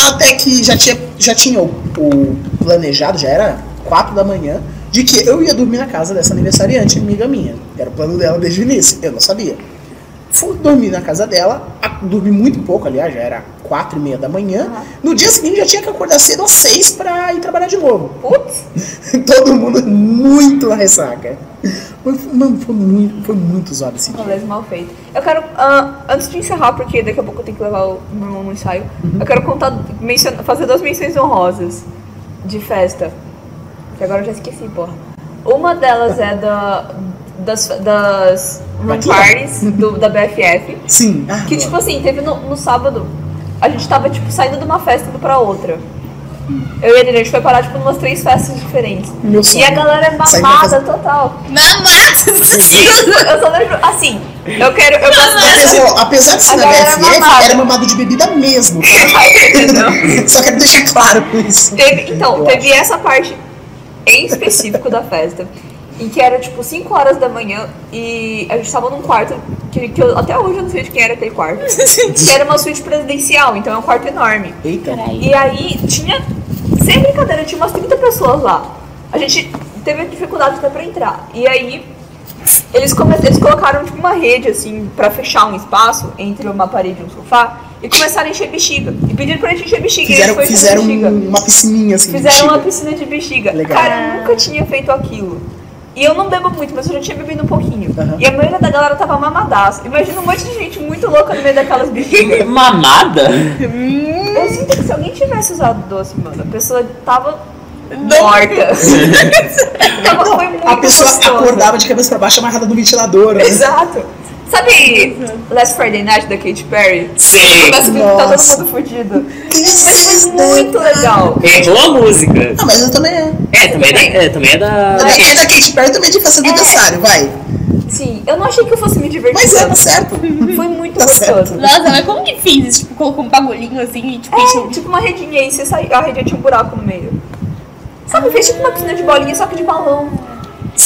[SPEAKER 5] Até que já tinha, já tinha o, o planejado, já era 4 da manhã, de que eu ia dormir na casa dessa aniversariante, amiga minha. Era o plano dela desde o início, eu não sabia. Fui dormir na casa dela, a- dormi muito pouco, aliás, já era 4 e meia da manhã. No dia seguinte já tinha que acordar cedo às 6 pra ir trabalhar de novo.
[SPEAKER 2] Putz.
[SPEAKER 5] Todo mundo muito na ressaca. Mas, mano, foi muito, foi muito zoado esse dia.
[SPEAKER 2] Rolês mal feito. Eu quero, ah, antes de encerrar, porque daqui a pouco eu tenho que levar o meu irmão no ensaio, eu quero contar, mencion- fazer duas menções honrosas de festa. Que agora eu já esqueci, porra. Uma delas é da, das, das room
[SPEAKER 5] Batida.
[SPEAKER 2] parties do, da BFF.
[SPEAKER 5] Sim. Ah,
[SPEAKER 2] Que tipo assim, teve no, no sábado, a gente tava tipo saindo de uma festa indo pra outra. Eu e ele, a gente foi parar tipo umas três festas diferentes.
[SPEAKER 5] Meu
[SPEAKER 2] E a
[SPEAKER 5] sonho.
[SPEAKER 2] galera é
[SPEAKER 5] Sair da
[SPEAKER 2] mamada total. Eu só lembro, assim, eu quero. Eu gosto dessa.
[SPEAKER 5] Apesar, apesar de ser
[SPEAKER 2] A
[SPEAKER 5] na
[SPEAKER 2] galera
[SPEAKER 5] BFF,
[SPEAKER 2] mamada.
[SPEAKER 5] era mamado de bebida mesmo. Só quero deixar claro isso.
[SPEAKER 2] Teve, então,
[SPEAKER 5] Eu
[SPEAKER 2] teve essa parte em específico da festa. Em que era tipo 5 horas da manhã e a gente tava num quarto que, que eu, até hoje eu não sei de quem era aquele quarto. que era uma suíte presidencial, então é um quarto enorme.
[SPEAKER 5] Eita.
[SPEAKER 2] E aí tinha, sem brincadeira, tinha umas 30 pessoas lá. A gente teve dificuldade até pra entrar. E aí eles, come- eles colocaram tipo, uma rede assim pra fechar um espaço entre uma parede e um sofá e começaram a encher bexiga. E pediram pra gente encher bexiga. e a gente foi
[SPEAKER 5] Fizeram,
[SPEAKER 2] encher
[SPEAKER 5] fizeram
[SPEAKER 2] bexiga.
[SPEAKER 5] um- uma piscininha assim. de
[SPEAKER 2] Fizeram uma
[SPEAKER 5] bexiga.
[SPEAKER 2] piscina de bexiga.
[SPEAKER 5] Legal.
[SPEAKER 2] Cara, eu nunca tinha feito aquilo. E eu não bebo muito, mas eu já tinha bebido um pouquinho.
[SPEAKER 5] Aham.
[SPEAKER 2] E a maioria da galera tava mamadaço. Imagina um monte de gente muito louca no meio daquelas bexigas.
[SPEAKER 6] Mamada?
[SPEAKER 2] Eu sinto que se alguém tivesse usado doce, mano, a pessoa tava morta. tava, foi muito
[SPEAKER 5] A pessoa tá
[SPEAKER 2] gostoso.
[SPEAKER 5] acordava de cabeça pra baixo amarrada no ventilador. Né?
[SPEAKER 2] Exato. Sabe
[SPEAKER 5] Uhum.
[SPEAKER 2] Last Friday Night da Katy Perry?
[SPEAKER 6] Sei.
[SPEAKER 2] Tá
[SPEAKER 5] Nossa.
[SPEAKER 2] todo mundo fudido. Mas foi muito legal.
[SPEAKER 6] Errou a música.
[SPEAKER 5] Ah, mas eu também é.
[SPEAKER 6] É, também é da. É, também é da...
[SPEAKER 5] Também é da Kate Perry também de
[SPEAKER 2] É.
[SPEAKER 5] festa de aniversário, vai.
[SPEAKER 2] Sim, eu não achei que eu fosse me divertir.
[SPEAKER 5] Mas é, tá
[SPEAKER 2] tanto.
[SPEAKER 5] certo.
[SPEAKER 2] Foi muito
[SPEAKER 5] Tá
[SPEAKER 2] gostoso.
[SPEAKER 3] Nossa, mas como que fiz isso? Tipo, colocou um bagulhinho assim e tipo,
[SPEAKER 2] É, tipo uma redinha aí, você saiu, a redinha tinha um buraco no meio. Sabe, fez tipo uma piscina de bolinha, só que de balão.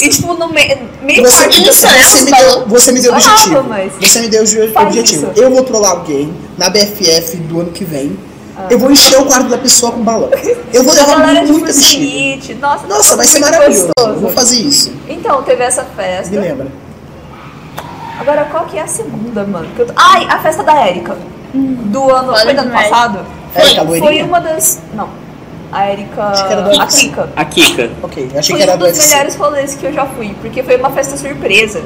[SPEAKER 2] E tipo, no meio, meio né?
[SPEAKER 5] Você,
[SPEAKER 2] parte do
[SPEAKER 5] você, você me deu, você me deu o
[SPEAKER 2] Falava,
[SPEAKER 5] objetivo.
[SPEAKER 2] mas-
[SPEAKER 5] Você me deu o ju-
[SPEAKER 2] Faz
[SPEAKER 5] objetivo.
[SPEAKER 2] isso.
[SPEAKER 5] Eu vou trollar alguém na BFF do ano que vem. Eu vou encher o quarto da pessoa com balão. Eu vou
[SPEAKER 2] A
[SPEAKER 5] levar
[SPEAKER 2] Ah. galera de
[SPEAKER 5] muita bexiga.
[SPEAKER 2] Fusite, nossa,
[SPEAKER 5] Nossa, vai ser
[SPEAKER 2] muito
[SPEAKER 5] maravilhoso.
[SPEAKER 2] gostoso.
[SPEAKER 5] Vou fazer isso.
[SPEAKER 2] Então, teve essa
[SPEAKER 5] Me
[SPEAKER 2] festa.
[SPEAKER 5] lembra.
[SPEAKER 2] Agora, qual que é a segunda, mano? Que eu tô- Ai, a festa da Érica. Do ano,
[SPEAKER 3] Olha
[SPEAKER 2] foi do ano
[SPEAKER 3] demais.
[SPEAKER 2] passado?
[SPEAKER 5] Érica
[SPEAKER 2] Foi, foi
[SPEAKER 5] Loirinha?
[SPEAKER 2] uma das... Não. A Érica...
[SPEAKER 5] que era do ano
[SPEAKER 2] A
[SPEAKER 5] passado.
[SPEAKER 2] Kika.
[SPEAKER 6] A Kika.
[SPEAKER 5] Ok, achei que
[SPEAKER 2] Foi
[SPEAKER 5] era
[SPEAKER 2] um
[SPEAKER 5] do
[SPEAKER 2] dos
[SPEAKER 5] UFC.
[SPEAKER 2] melhores rolês que eu já fui, porque foi uma festa surpresa.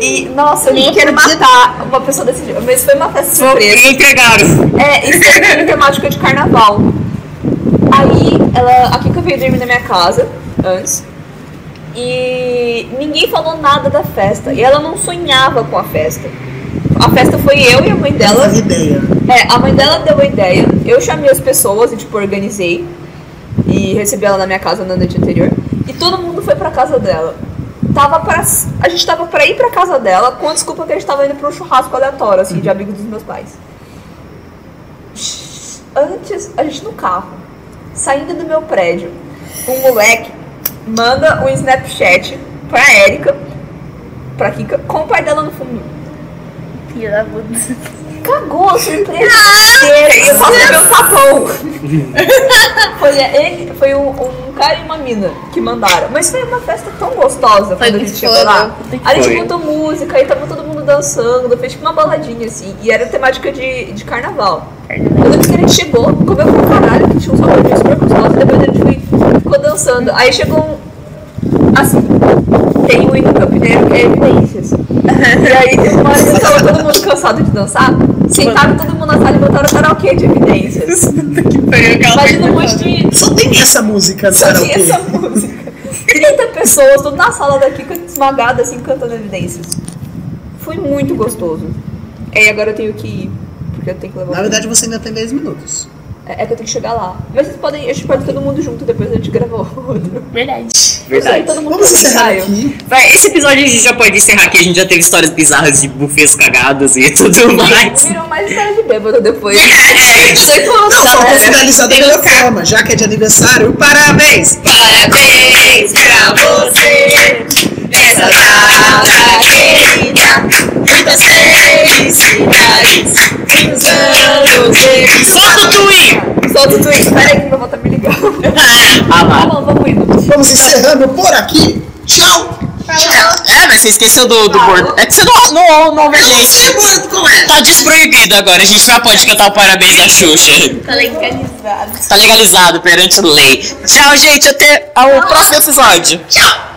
[SPEAKER 2] E, nossa, eu
[SPEAKER 5] Nem
[SPEAKER 2] quero
[SPEAKER 5] acredito.
[SPEAKER 2] matar uma pessoa desse jeito. Mas foi uma festa surpresa.
[SPEAKER 6] E entregaram.
[SPEAKER 2] É, isso é uma temática de carnaval. Aí, ela, a Kika veio dormir na minha casa, antes. E ninguém falou nada da festa. E ela não sonhava com a festa. A festa foi eu e a mãe dela.
[SPEAKER 5] Essa ideia.
[SPEAKER 2] É, a mãe dela deu a ideia, eu chamei as pessoas e, tipo, organizei. E recebi ela na minha casa na noite anterior. E todo mundo foi pra casa dela. Tava pra, a gente tava pra ir pra casa dela com a desculpa que a gente tava indo pra um churrasco aleatório, assim, de amigos dos meus pais. Antes, a gente no carro. saindo do meu prédio, um moleque manda um Snapchat pra Erika, pra Kika, com o pai dela no fundo.
[SPEAKER 3] Filha da puta.
[SPEAKER 2] Cagou a sua empresa inteira e eu só tomei meu sabão. foi, ele, foi um, um cara e uma mina que mandaram. Mas foi uma festa tão gostosa
[SPEAKER 3] Foi
[SPEAKER 2] quando a
[SPEAKER 3] que
[SPEAKER 2] gente chegou
[SPEAKER 3] foi,
[SPEAKER 2] lá.
[SPEAKER 3] né? Puta que
[SPEAKER 2] A gente
[SPEAKER 6] foi.
[SPEAKER 2] botou música e tava todo mundo dançando, fez tipo uma baladinha assim. E era temática de, de carnaval. Eu lembro que a gente chegou, comeu pra caralho, que tinha uns salgadinhos super gostosos, depois a gente foi- ficou dançando. Aí chegou um. Assim, tem o hino campineiro que é evidências. E aí, teve uma hora que tava todo mundo cansado de dançar, sentaram todo mundo na sala e botaram karaokê de evidências. Imagina um monte de.
[SPEAKER 5] Só tem essa música do
[SPEAKER 2] Só tinha
[SPEAKER 5] karaokê.
[SPEAKER 2] essa música. 30 pessoas, tudo na sala da Kika esmagada, assim, cantando evidências. Foi muito gostoso. É, e agora eu tenho que ir, porque eu tenho que levar
[SPEAKER 5] Na verdade, você ainda tem 10 minutos.
[SPEAKER 2] É, é que eu tenho que chegar lá. Mas vocês podem. A gente pode todo mundo junto, depois a gente grava outro.
[SPEAKER 3] Verdade.
[SPEAKER 6] Verdade.
[SPEAKER 2] Todo mundo
[SPEAKER 5] Vamos
[SPEAKER 2] tem um
[SPEAKER 5] encerrar
[SPEAKER 2] ensaio.
[SPEAKER 5] aqui.
[SPEAKER 6] Vai, esse episódio a gente já pode encerrar aqui, a gente já teve histórias bizarras de bufês cagadas e tudo mais.
[SPEAKER 2] Viram mais história de bêbado depois. Sei como
[SPEAKER 5] Não, só vou
[SPEAKER 2] tá, né?
[SPEAKER 5] finalizar da melhor forma, já que é de aniversário. Parabéns!
[SPEAKER 6] Parabéns pra você nessa data querida. Muitas felicidades, muitos anos de... Solta o Twin!
[SPEAKER 2] Solta o tweet. Pera aí que meu avô tá me ligando.
[SPEAKER 6] Ah
[SPEAKER 2] Tá
[SPEAKER 6] lá.
[SPEAKER 2] bom, vamos indo.
[SPEAKER 5] Vamos encerrando por aqui. Tchau!
[SPEAKER 6] É, mas você esqueceu do, do bordão. É que você não, não, não
[SPEAKER 5] Eu
[SPEAKER 6] overlay.
[SPEAKER 5] sei, mano, como é.
[SPEAKER 6] Tá desproibido agora, a gente já pode cantar o parabéns da Xuxa.
[SPEAKER 3] Tá legalizado.
[SPEAKER 6] Tá legalizado perante a lei. Tchau, gente, até o próximo episódio.
[SPEAKER 3] Tchau!